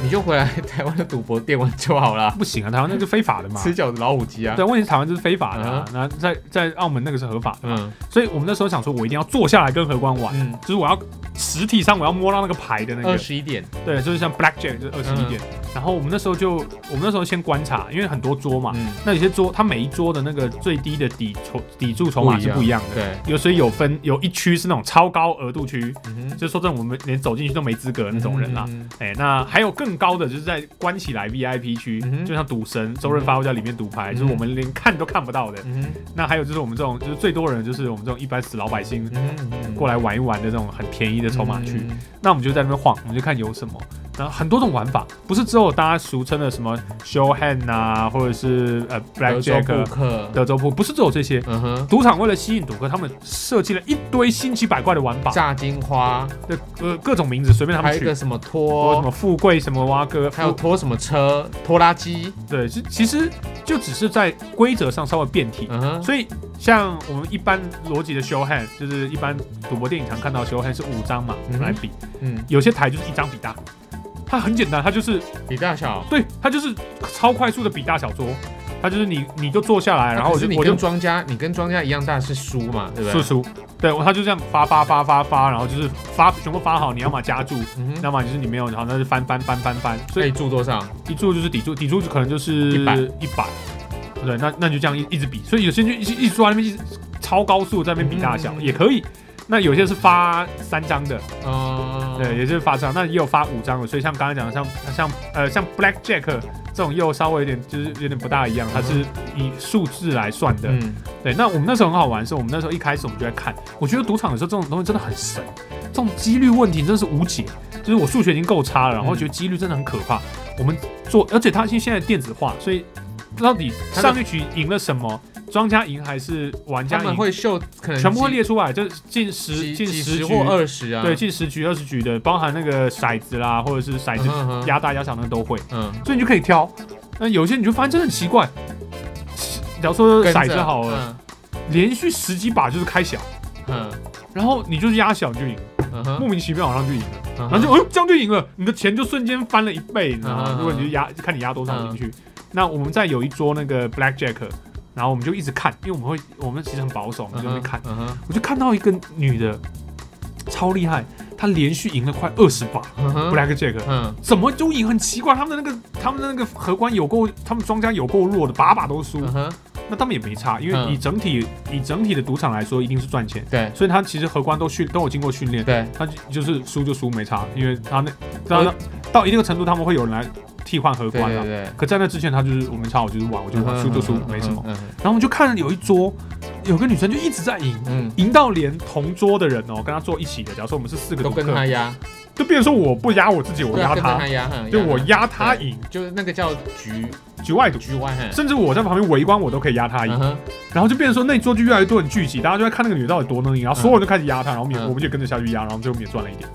S2: 你就回来台湾的赌博店玩就好啦。
S1: [laughs] 不行啊，台湾那是非法的嘛。
S2: 吃饺子老虎机啊。
S1: 对，问题是台湾这是非法的、啊
S2: 啊，
S1: 那、在在澳门那个是合法的，
S2: 嗯
S1: 所以我们那时候想说，我一定要坐下来跟荷官玩，
S2: 嗯，
S1: 就是我要实体上我要摸到那个牌的那
S2: 二
S1: 个，
S2: 十一点，嗯
S1: 对，就是像 blackjack 就是二十一点，然后我们那时候就，我们那时候先观察，因为很多桌嘛，
S2: 嗯，
S1: 那有些桌它每一桌的那个最低的底筹底注筹码是不一样的，
S2: 对，
S1: 有所以有分有一区是那种超高额度区，
S2: 嗯哼
S1: 就是说真的我们连走进去都没资格的那种人啦、
S2: 嗯
S1: 哎、那还有更高的，就是在关起来 VIP 区，
S2: 嗯哼
S1: 就像赌神周润发会在里面赌牌，
S2: 嗯
S1: 就是我们连看都看不到的。
S2: 嗯
S1: 那还有就是我们这种，就是最多人就是我们这种一般死老百姓
S2: 嗯
S1: 过
S2: 来
S1: 来玩一玩的这种很便宜的
S2: 的
S1: 筹码区。那我们就在那边晃，我们就看有什么。然后很多种玩法，不是只有大家俗称的什么 show hand 啊，或者是呃
S2: 德
S1: black
S2: 州
S1: jack
S2: 扑
S1: 啊、
S2: 克，
S1: 德州扑，不是只有这些。
S2: 嗯哼，
S1: 赌场为了吸引赌客，他们设计了一堆新奇百怪的玩法，
S2: 炸金花，
S1: 呃呃各种名字随便他
S2: 还
S1: 们
S2: 有
S1: 取
S2: 一个，什么
S1: 说什么
S2: 拖，
S1: 富贵什么蛙哥，
S2: 还有拖什么车，拖拉机，
S1: 对，其其实就只是在规则上稍微变体。
S2: 嗯哼，
S1: 所以，像我们一般逻辑的 show hand，就是一般赌博电影常看到的 show hand 是五张嘛
S2: 嗯哼
S1: 来比，
S2: 嗯，
S1: 有些台就是一张比大，它很简单，它就是
S2: 比大小，
S1: 对，它就是超快速的比大小桌，它就是你你就坐下来，然后我
S2: 可是
S1: 就
S2: 你
S1: 我就
S2: 跟庄家，你跟庄家一样大是输嘛，对不
S1: 输
S2: 对？
S1: 出，对，它就这样发发发发发，然后就是发全部发好，你要么加注，
S2: 嗯哼，
S1: 要么就是你没有，然后那就翻翻翻翻翻，所
S2: 可
S1: 以
S2: 以注多少？
S1: 一注就是底注，底注就可能就是
S2: 100
S1: 一百，对，那那你就这样一一直比，所以有些人就一直一直坐在那边一直超高速在那边比大小
S2: 嗯
S1: 也可以。那有些是发三张的，
S2: 嗯，
S1: 对，也就是发张，那也有发五张的，所以像刚才讲的，像像呃像 Black Jack 这种又稍微有点就是有点不大一样，它是以数字来算的。
S2: 嗯，
S1: 对，那我们那时候很好玩，是我们那时候一开始我们就在看，我觉得赌场有时候这种东西真的很神，这种几率问题真的是无解。就是我数学已经够差了，然
S2: 嗯
S1: 后觉得几率真的很可怕。我们做，而且它现现在电子化，所以到底
S2: 它的
S1: 上一局赢了什么，庄家赢还是玩
S2: 他
S1: 家
S2: 们
S1: 赢，
S2: 会秀，可能
S1: 全部会
S2: 几
S1: 列出来，就是近十
S2: 几
S1: 近
S2: 几
S1: 十
S2: 十
S1: 局
S2: 或二十啊，
S1: 对，近十局、二十局的，包含那个骰子啦，或者是骰子
S2: 嗯哼，
S1: 压大压小那个都会，
S2: 嗯，
S1: 所以你就可以挑。那有些你就发现真的很奇怪，假如说
S2: 跟着
S1: 骰子好了，，连续十几把就是开小，
S2: 嗯
S1: 然后你就是压小你就赢，
S2: 嗯嗯哼
S1: 莫名其妙好像就赢了，
S2: 嗯
S1: 然
S2: 哼
S1: 后就哦这样就赢了，你的钱就瞬间翻了一倍，你知道
S2: 嗯
S1: 吗？
S2: 哼
S1: 如果你就压看你压多少进去，那我们在有一桌那个 black jack，然后我们就一直看，因为我们会我们其实很保守，我们就会看，
S2: 嗯哼
S1: 我就看到一个女的超厉害，她连续赢了快二十把
S2: 嗯哼
S1: black jack，
S2: 嗯
S1: 怎么都赢，很奇怪。他们的那个，他们的那个荷官有够，他们庄家有够弱的，把把都输。
S2: 嗯哼，
S1: 那他们也没差，因
S2: 嗯
S1: 为以整体、以整体的赌场来说，一定是赚钱，
S2: 对
S1: 所以他其实荷官都训都有经过训练，
S2: 对，
S1: 他就就是输就输没差，因为他那到到一定的程度，他们会有人来替换荷
S2: 对
S1: 官
S2: 对
S1: 了。
S2: 对，
S1: 可在那之前，他就是我没差，我就是玩，我就玩，输就输，没什么。
S2: 嗯
S1: 然后我们就看了有一桌，有个女生就一直在赢，
S2: 嗯，
S1: 赢到连同桌的人哦，跟她坐一起的，假如说我们是四个
S2: 都
S1: 赌
S2: 跟
S1: 客，
S2: 他压，
S1: 就变成说我不压我自己，我
S2: 对啊
S1: 压
S2: 跟着
S1: 她
S2: 他，压，嗯
S1: 就我
S2: 压
S1: 压他赢，
S2: 他，就是那个叫局
S1: 局外赌，
S2: 局外，哼
S1: 甚至我在旁边围观，我都可以压他赢。
S2: 嗯哼，
S1: 然后就变成说那一桌就越来越多人聚集，大家就在看那个女的到底多能赢，然后所有人都开始压她，然后我们也
S2: 嗯
S1: 我们就跟着下去压，然后最后我们也赚了一点。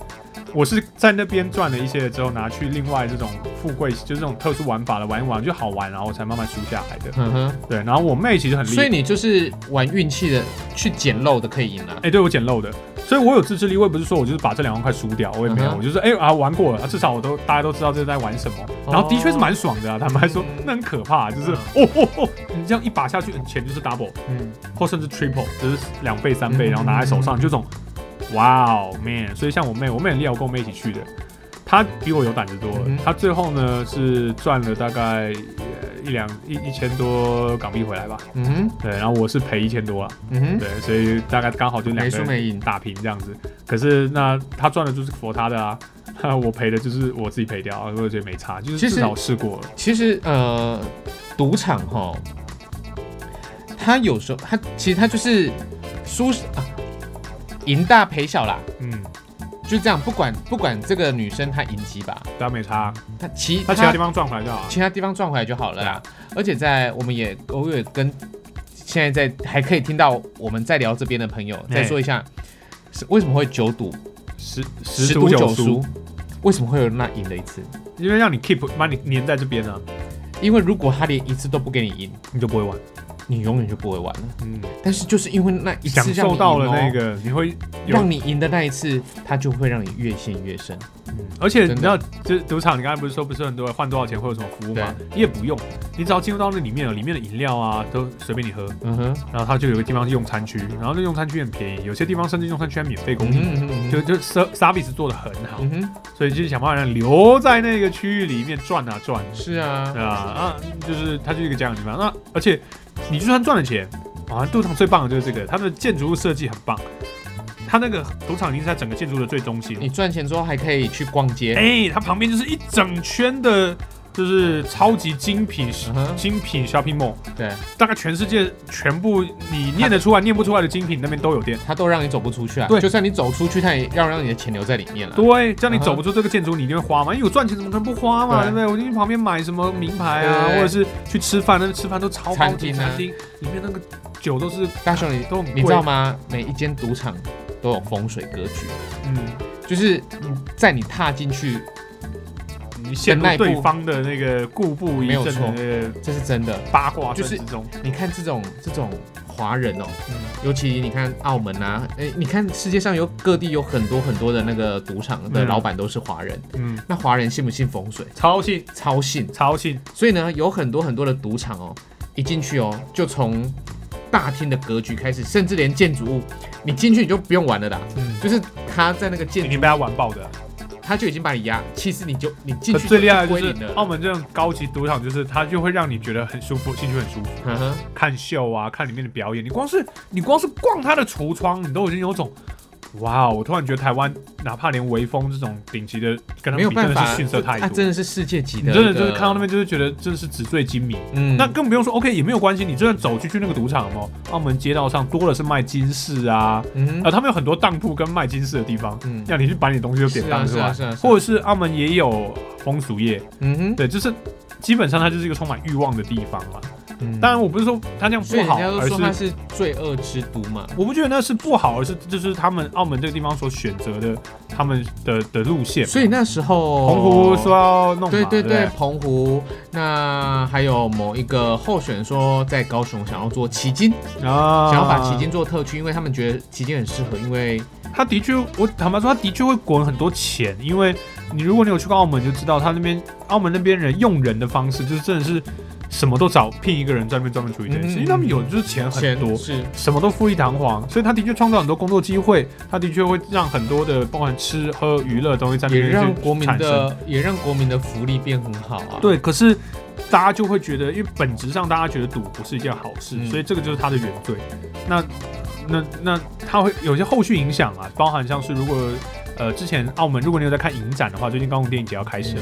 S1: 我是在那边赚了一些之后，拿去另外这种富贵，就是这种特殊玩法的玩一玩，就好玩，然后我才慢慢输下来的。
S2: 嗯哼，
S1: 对，然后我妹其实很厉
S2: 所
S1: 害，
S2: 以你就是玩运气的，去捡漏的可以赢啊，
S1: 哎，对我捡漏的，所以我有自制力。我也不是说我就是把这两万块输掉，我也没有，
S2: 嗯哼
S1: 我就是哎啊玩过了，啊至少我都大家都知道这是在玩什么。然后的确是蛮爽的啊，坦白说
S2: 哦嗯，
S1: 那很可怕，就是
S2: 嗯
S1: 哦哦哦，你这样一把下去，钱就是 double。
S2: 嗯，
S1: 或甚至 triple，就是两倍、三倍，
S2: 嗯
S1: 然后拿在手上，就这种，哇哦，man！所以像我妹，我妹很厉害，我跟我妹一起去的，她比我有胆子多了
S2: 嗯哼。
S1: 她最后呢是赚了大概呃一两一一千多港币回来吧，
S2: 嗯哼，
S1: 对，然后我是赔一千多啊，
S2: 嗯哼，
S1: 对，所以大概刚好就两个
S2: 没输
S1: 人
S2: 没赢，
S1: 打平这样子。可是那她赚的就是佛她的啊。 [laughs] 那我赔的就是我自己赔掉，我觉得没差，就是
S2: 其实
S1: 至少我试过了。
S2: 其实呃，赌场哈，它有时候它其实它就是输啊，赢大赔小啦，
S1: 嗯，
S2: 就这样，不管不管这个女生她赢几把，
S1: 当然没差，啊
S2: 她其
S1: 那其他地方赚回来就好啊了。
S2: 其他地方赚回来就好了啦。
S1: 啊
S2: 而且在我们也偶尔跟现在在还可以听到我们在聊这边的朋友再说一下，是为什么会九赌
S1: 十
S2: 十
S1: 十
S2: 赌
S1: 赌
S2: 九
S1: 九输
S2: 输，，为什么会有那赢的一次？
S1: 因为让你 keep 把你粘在这边呢、啊
S2: 因为如果他连一次都不给你赢，
S1: 你就不会玩。
S2: 你永远就不会玩了。
S1: 嗯，
S2: 但是就是因为那一
S1: 享
S2: 次让你
S1: 受到了
S2: 赢
S1: 那，
S2: 哦
S1: 个，你会有
S2: 让你赢的那一次，它就会让你越陷越深。
S1: 嗯，而且你
S2: 真的
S1: 知道，就是赌场，你刚才不是说不是很多人换多少钱会有什么服务吗？你也不用，你只要进入到那里面了，里面的饮料啊都随便你喝，
S2: 嗯哼，
S1: 然后它就有个地方是用餐区，然后那用餐区很便宜，有些地方甚至用餐区还免费供
S2: 嗯
S1: 应，
S2: 哼嗯哼嗯
S1: 就
S2: 哼
S1: 就 ser- service 做的很好，
S2: 嗯哼，
S1: 所以就是想办法让你留在那个区域里面转啊转，
S2: 是啊
S1: 对，啊啊，就是它就是一个这样的地方。那而且你就算赚了钱，啊，赌场最棒的就是这个，它的建筑物设计很棒，它那个赌场已经是在整个建筑的最中心，
S2: 你赚钱之后还可以去逛街。
S1: 哎、它旁边就是一整圈的，就是超级精品、
S2: [laughs] 嗯哼，
S1: 精品 shopping mall，
S2: 对，
S1: 大概全世界全部你念得出来、念不出来的精品那边都有店。
S2: 它都让你走不出去啊。
S1: 对
S2: 就算你走出去，它也要让你的钱留在里面了。
S1: 对，这样你
S2: 嗯哼
S1: 走不出这个建筑，你一定会花嘛？因为有赚钱怎么可能不花嘛？对
S2: 对
S1: 不对？我就去旁边买什么名牌啊，
S2: 对
S1: 或者是去吃饭，那边吃饭都超高级
S2: 餐厅啊
S1: 餐厅，里面那个酒都是
S2: 大雄，你
S1: 都很贵。
S2: 你知道？吗？每一间赌场都有风水格局，
S1: 嗯，
S2: 就是你在你踏进去，
S1: 你陷入
S2: 跟那一部
S1: 对方的那个固步一
S2: 没有
S1: 阵的
S2: 错
S1: 那个
S2: 这是真的。
S1: 八卦
S2: 就是
S1: 分子中，
S2: 你看这种这种华人哦，
S1: 嗯
S2: 尤其你看澳门啊，哎、你看世界上有各地有很多很多的那个赌场的
S1: 嗯
S2: 老板都是华人，
S1: 嗯，
S2: 那华人信不信风水？
S1: 超信
S2: 超信。
S1: 超信，
S2: 所以呢，有很多很多的赌场哦，一进去哦，就从大厅的格局开始，甚至连建筑物，你进去你就不用玩了啦。
S1: 嗯，
S2: 就是他在那个
S1: 已
S2: 建，
S1: 经被他玩爆的啊。
S2: 他就已经把你压，其实你就你进
S1: 可
S2: 去
S1: 最厉害的
S2: 就归
S1: 就
S2: 零
S1: 是哦
S2: 了。
S1: 澳门这种高级赌场，就是它就会让你觉得很舒服，进去很舒服，
S2: 嗯哼，
S1: 看秀啊，看里面的表演。你光是你光是逛它的橱窗，你都已经有种，哇！我突然觉得台湾哪怕连微风这种顶级的，跟他们
S2: 没有
S1: 比真
S2: 办
S1: 的
S2: 法，
S1: 是逊色太
S2: 他
S1: 多。
S2: 真的是世界级
S1: 你
S2: 的，
S1: 真的就是看到那，边，就是觉得真的是纸醉金迷。
S2: 嗯，
S1: 那更不用说，OK 也没有关系。你就算走进去那个赌场哦，澳门街道上多的是卖金饰啊，
S2: 嗯
S1: 呃，他们有很多当铺跟卖金饰的地方，
S2: 嗯
S1: 让你去把你的东西都典当出
S2: 是啊
S1: 来
S2: 是啊是啊。是啊
S1: 或者是澳门也有风俗业，
S2: 嗯哼，
S1: 对，就是基本上它就是一个充满欲望的地方嘛。
S2: 嗯
S1: 当然，我不是说它这样
S2: 所以
S1: 不
S2: 人
S1: 好，
S2: 家都
S1: 而
S2: 说他
S1: 是
S2: 是罪恶之都嘛，
S1: 我不觉得那是不好，而是就是他们澳门这个地方所选择的他们的的路线。
S2: 所以那时候
S1: 澎湖说要弄嘛，
S2: 对对
S1: 对
S2: 对
S1: 不，
S2: 澎湖，那还有某一个候选说在高雄想要做旗津，
S1: 对，啊
S2: 想要把旗津，做特区，因为他们觉得旗津很适合，因为
S1: 他的确，我坦白说，他的确会滚很多钱，因为你如果你有去过澳门，就知道他那边澳门那边人用人的方式，就是真的是什么都找聘一个人在那边专门处理这件事，
S2: 嗯
S1: 因为他们有就是钱很多
S2: 钱，是
S1: 什么都富丽堂皇，所以他的确创造很多工作机会，他的确会让很多的包含吃喝娱乐的东西在那
S2: 也
S1: 边去
S2: 让国民
S1: 产生
S2: 的也让国民的福利变很好啊。，
S1: 对，可是大家就会觉得，因为本质上大家觉得赌不是一件好事，
S2: 嗯
S1: 所以这个就是他的原罪。那那那他会有些后续影响啊，包含像是如果呃之前澳门，如果你有在看影展的话，最近高雄电影节要开始了，
S2: 嗯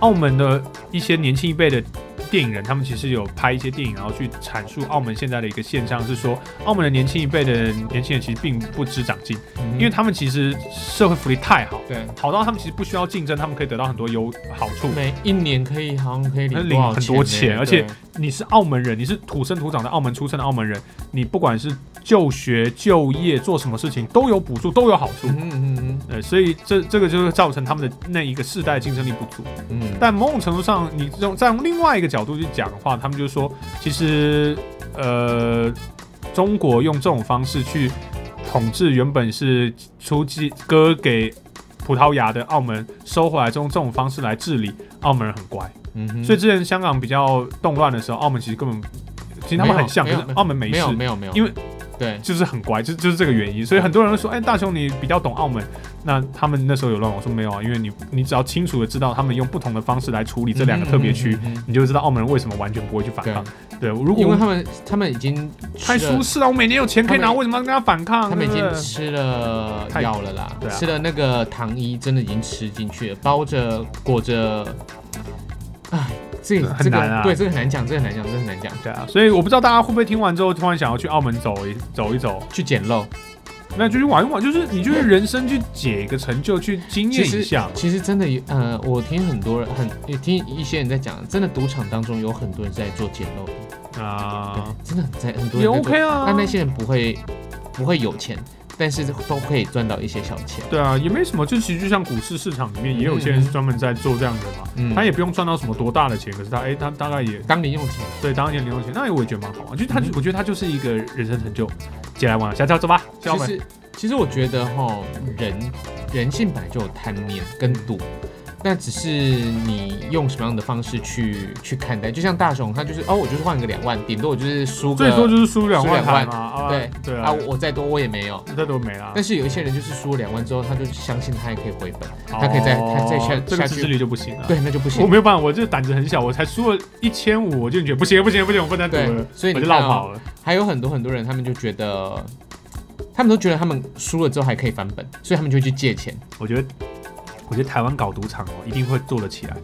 S1: 澳门的一些年轻一辈的电影人，他们其实有拍一些电影，然后去阐述澳门现在的一个现象，是说澳门的年轻一辈的年轻人其实并不知长进，
S2: 嗯
S1: 因为他们其实社会福利太好，
S2: 对
S1: 好到他们其实不需要竞争，他们可以得到很多优好处。
S2: 每一年可以好像可以领
S1: 领
S2: 多少
S1: 很多
S2: 钱
S1: 钱
S2: 呢，
S1: 而且
S2: 对
S1: 你是澳门人，你是土生土长的澳门出生的澳门人，你不管是就学、就业、做什么事情都有补助，都有好处。
S2: 嗯嗯嗯
S1: 呃，所以这这个就是造成他们的那一个世代竞争力不足。
S2: 嗯嗯，
S1: 但某种程度上，你这种再用另外一个角度去讲的话，他们就说，其实呃，中国用这种方式去统治原本是出击割给葡萄牙的澳门，收回来之后，这种方式来治理澳门人很乖。
S2: 嗯哼
S1: 所以之前香港比较动乱的时候，澳门其实根本，其实他们很像，
S2: 没
S1: 可
S2: 有
S1: 是澳门没
S2: 没有
S1: 事，
S2: 没有没有，
S1: 因为
S2: 对
S1: 就是很乖，就就是这个原因。所以很多人会说，哎，大雄你比较懂澳门，那他们那时候有乱，我说没有啊，因为你你只要清楚的知道他们用不同的方式来处理这两个特别区，，
S2: 嗯嗯嗯嗯嗯
S1: 你就知道澳门人为什么完全不会去反
S2: 对
S1: 抗。，对，如果
S2: 因为
S1: 我
S2: 他们他们已经吃
S1: 太
S2: 了
S1: 舒啊适了，我每年有钱可以拿，
S2: 他们
S1: 为什么要跟他反抗？
S2: 他们已
S1: 对啊
S2: 经
S1: 不对
S2: 吃了
S1: 太
S2: 药了啦，
S1: 对啊
S2: 吃了那个糖衣，真的已经吃进去了，包着裹着，哎，这
S1: 很
S2: 这
S1: 难
S2: 个
S1: 啊
S2: 对这个很难讲，这个很难讲，这个很难讲，
S1: 对啊，所以我不知道大家会不会听完之后突然想要去澳门走一走一走，
S2: 去捡漏。
S1: 那就去玩一玩，就是你就是人生去解一个成就，去经
S2: 其
S1: 验一
S2: 实
S1: 下嘛。
S2: 其实真的有，呃，我听很多人很也听一些人在讲，真的赌场当中有很多人在做捡漏，
S1: 啊
S2: 对，真的很在很多哎
S1: 也
S2: 人在做
S1: 啊 OK 啊。
S2: 但那些人不会不会有钱，但是都可以赚到一些小钱。
S1: 对啊，也没什么，就其实就像股市市场里面也有些人是专门在做这样的嘛，
S2: 嗯，
S1: 他也不用赚到什么多大的钱，可是他哎、他大概也
S2: 当零用钱。
S1: 对，当年零用钱，那我也觉得蛮好啊玩，就是
S2: 嗯
S1: 他就，我觉得他就是一个人生成就，接来玩，下次走吧，下
S2: 其
S1: 我们
S2: 实其实我觉得哈，人人性本来就有贪念跟赌。那只是你用什么样的方式去去看待，就像大雄，他就是哦，我就是换个两万，顶多我就是输个
S1: 最多就是输两万
S2: 输两
S1: 台
S2: 万
S1: 嘛，啊
S2: 对
S1: 对
S2: 啊，
S1: 啊，
S2: 我再多我也没有。
S1: 这都没啦
S2: 但，是有一些人就是输了两万之后，他就相信他也可以回本，他可以再他再下
S1: 哦这个
S2: 下
S1: 自
S2: 去
S1: 制力就不行了，
S2: 对，那就不
S1: 我
S2: 行。
S1: 没有办法，我这胆子很小，我才输了一千五，我就觉得不行不行不行，我不能赌
S2: 对
S1: 了，，
S2: 所以
S1: 我
S2: 你
S1: 就
S2: 看
S1: 落
S2: 哦
S1: 跑了，
S2: 还有很多很多人，他们就觉得，他们都觉得他们输了之后还可以翻本，所以他们就去借钱，
S1: 我觉得。我觉得台湾搞赌场哦，一定会做得起来。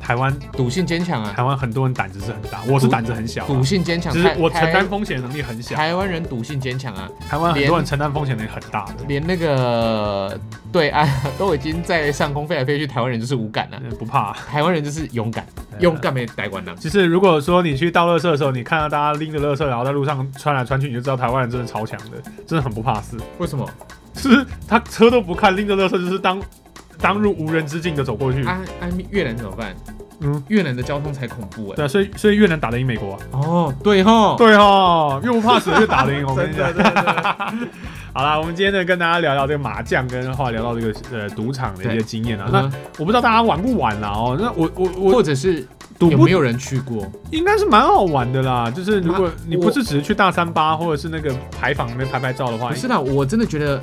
S1: 台湾
S2: 赌性坚强啊，
S1: 台湾很多人胆子是很大，我是
S2: 赌
S1: 胆子很小啊，
S2: 赌性坚强。
S1: 只是
S2: 台
S1: 我承担
S2: 台
S1: 风险能力很小。
S2: 台湾人赌性坚强啊，
S1: 台湾很
S2: 连
S1: 多人承担风险能力很大的，
S2: 连那个对岸都已经在上空飞来飞去，台湾人就是无感啊，
S1: 嗯不怕。啊
S2: 台湾人就是勇敢，勇敢没台湾呢。啊
S1: 就是如果说你去倒垃圾的时候，你看到大家拎着垃圾，然后在路上穿来穿去，你就知道台湾人真的超强的，真的很不怕死。
S2: 为什么
S1: 就是他车都不看，拎着垃圾就是当当入无人之境的走过去。
S2: 啊啊越南怎么办？
S1: 嗯，
S2: 越南的交通才恐怖哎、
S1: 对啊，所以所以越南打得赢美国、啊。
S2: 哦，对吼，
S1: 对哦，越不怕死越打
S2: [laughs]
S1: 得赢。我跟
S2: 真
S1: 你
S2: 的
S1: 讲。
S2: 真的，
S1: [laughs] 好啦，我们今天呢跟大家聊聊这个麻将，跟后来聊到这个呃赌场的一些
S2: 对
S1: 经验啊。那
S2: 那
S1: 我不知道大家玩不玩啦哦。那我我我
S2: 嗯或者是
S1: 赌
S2: 有
S1: 不
S2: 没有人去过？
S1: 应该是蛮好玩的啦，就是如果你
S2: 我
S1: 不是只是去大三巴或者是那个牌坊那边拍拍照的话
S2: 不，是啦，我真的觉得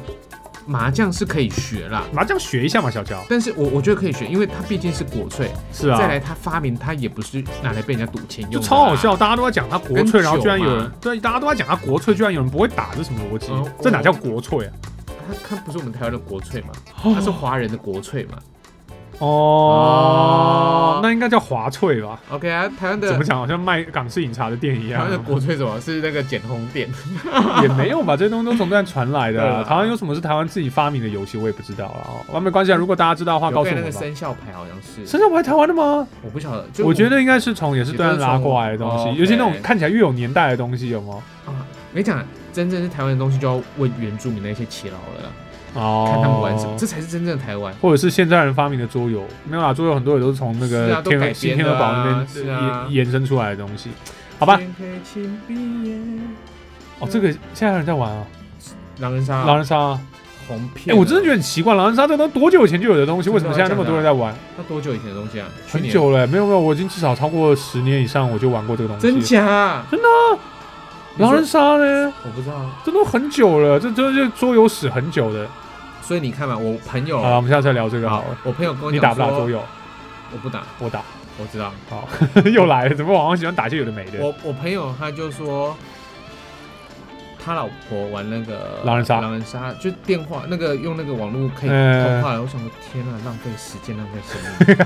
S2: 麻将是可以学啦，
S1: 麻将学一下嘛，小乔。
S2: 但是我我觉得可以学，因为它毕竟是国粹，
S1: 是
S2: 再
S1: 啊，
S2: 来它发明它也不是拿来被人家赌钱用的
S1: 就
S2: 啊啦
S1: 超好。笑，大家都在讲他国
S2: 跟
S1: 粹，然后
S2: 酒
S1: 居然有人
S2: 嘛
S1: 对，大家都在讲他国粹，居然有人不会打，这什么逻辑
S2: 嗯？
S1: 这哪
S2: 我
S1: 叫国粹啊？
S2: 它它不是我们台湾的国粹嘛，它是华人的国粹嘛。
S1: 哦，那应该叫华粹吧？
S2: OK 啊，台湾的
S1: 怎么啊讲？好像卖港式饮茶的店一
S2: 台
S1: 样
S2: 湾，的国粹什么是那个捡红店，
S1: 也没有吧？这些东西都从这传来的啊。
S2: 对啊
S1: 台湾有什么是台湾自己发明的游戏，我也不知道啊。哦啊，没关系啊，如 [laughs] 果大家知道的话，告
S2: 有
S1: 诉
S2: 盖
S1: 我
S2: 那个
S1: 们吧。
S2: 生肖牌好像是，
S1: 生肖牌台湾的吗？
S2: 我不晓得。就
S1: 我觉得应该是从也是
S2: 也
S1: 端
S2: 都是
S1: 拉
S2: 从
S1: 过来的东西，
S2: 哦
S1: 尤其那种
S2: OK
S1: 看起来越有年代的东西，有吗？
S2: 啊，我跟你讲，真正是台湾的东西就要问原住民那些耆老了啦，
S1: 哦，
S2: 看他们玩什么，这才是真正的台湾。
S1: 或者是现在人发明的桌游，没有啦，桌游很多也都是从那
S2: 是
S1: 个
S2: 啊都
S1: 天
S2: 改
S1: 鹅、
S2: 编
S1: 新天鹅
S2: 的
S1: 堡那边
S2: 啊是啊
S1: 呃延延伸出来的东西，好吧？
S2: 天黑请闭眼
S1: 哦，这个现在还有人在玩啊，
S2: 狼人杀，
S1: 狼人杀啊，
S2: 红
S1: 哎，
S2: 片啊，
S1: 我真的觉得很奇怪，狼人杀这都多久以前就有的东西，
S2: 真的
S1: 为什么现在那么多人在玩？
S2: 那多久以前的东西啊？去
S1: 很
S2: 年，
S1: 久了，没有没有，我已经至少超过十年以上我就玩过这个东
S2: 真
S1: 西。
S2: 假？真的？
S1: 啊狼人杀呢，
S2: 我不知道，啊
S1: 这都很久了，这这这桌游史很久的。
S2: 所以你看嘛，我朋友
S1: 好了，我们下次再聊这个好了。
S2: 我朋友跟我
S1: 你打不打
S2: 讲
S1: 桌
S2: 说，
S1: 游？
S2: 我不打，
S1: 我打。 [laughs]
S2: 我知道。
S1: 好，又来了，怎么网上喜欢打些有的没的？
S2: 我我朋友他就说，他老婆玩那个
S1: 狼人杀
S2: 狼人杀就电话那个用那个网络可以
S1: 嗯
S2: 通话。我想说，天啊，浪费时间，浪费
S1: [laughs]
S2: 生命，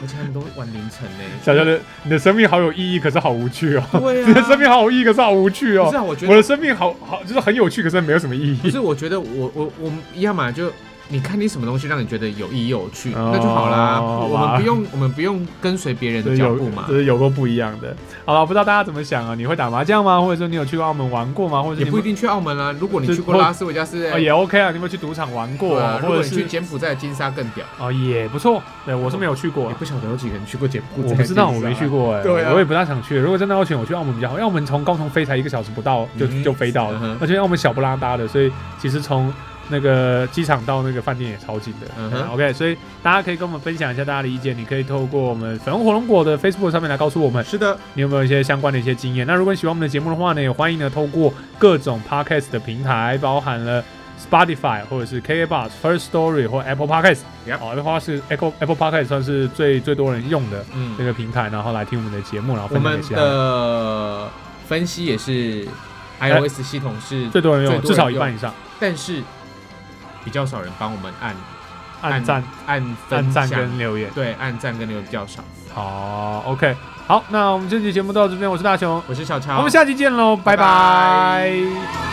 S2: 而且他们都玩凌晨呢。
S1: 小乔的，你的生命好有意义，可是好无趣哦。
S2: 对
S1: 你的生
S2: 啊，
S1: 命好有意义，可是好无趣
S2: 不
S1: 哦
S2: 是。啊，我觉
S1: 我的
S2: 得
S1: 生命好好就是很有趣，可是没有什么意
S2: [laughs] 不
S1: 义。
S2: 是，我觉得我我我们一样嘛，就你看你什么东西让你觉得有意义有趣，
S1: 哦
S2: 那就好啦。
S1: 好
S2: 我
S1: 吧
S2: 们不用我们不用跟随别人
S1: 这
S2: 的脚
S1: 有
S2: 步嘛
S1: 这。是有过不一样的。好了，不知道大家怎么想啊？你会打麻将吗？或者说你有去过澳门玩过吗？或者
S2: 也
S1: 你
S2: 不
S1: 们
S2: 一定去澳门啦、如果你
S1: 这
S2: 去过拉斯维加斯，
S1: 哦也 OK 啊？你有没有去赌场玩过
S2: 对啊？如
S1: 或
S2: 果
S1: 者
S2: 你去
S1: 是
S2: 柬埔寨的金沙更屌。
S1: 哦也不错。对我是没有去过
S2: 你
S1: 啊，
S2: 不晓得有几个人去过柬埔寨？
S1: 我不知道，我没去。过哎。
S2: 对啊
S1: 我也不大想去。如果真的要选，我去澳门比较好，因为澳门从高雄飞才一个小时不到就
S2: 嗯
S1: 就飞到了。
S2: 嗯哼
S1: 而且澳门小不拉搭的，所以其实从那个机场到那个饭店也超近的。啊
S2: 嗯哼
S1: OK，所以大家可以跟我们分享一下大家的意见，你可以透过我们粉红火龙果的 Facebook 上面来告诉我们
S2: 是的，
S1: 你有没有一些相关的一些经验。那如果你喜欢我们的节目的话呢，也欢迎呢透过各种 Podcast 的平台，包含了。Spotify 或者是 KKBox、First Story 或 Apple Podcast，
S2: Yep
S1: 哦，Apple Podcast 是 Apple Apple Podcast 算是最最多人用的这
S2: 嗯，
S1: 个平台，然后来听我们的节目，然后
S2: 我
S1: 啊分享
S2: 们
S1: 给其他人
S2: 的分析也是 iOS 系统是，
S1: 哎最多人用，
S2: 最多人
S1: 至少一
S2: 用
S1: 半以上，
S2: 但是比较少人帮我们按
S1: 按赞、
S2: 按
S1: 按
S2: 分
S1: 赞
S2: 享
S1: 跟留言。
S2: 对按赞跟留比较少。
S1: 好，OK，好，那我们这期节目到这边，我是大雄，
S2: 我是小超，
S1: 我们下期见喽，拜
S2: 拜
S1: 拜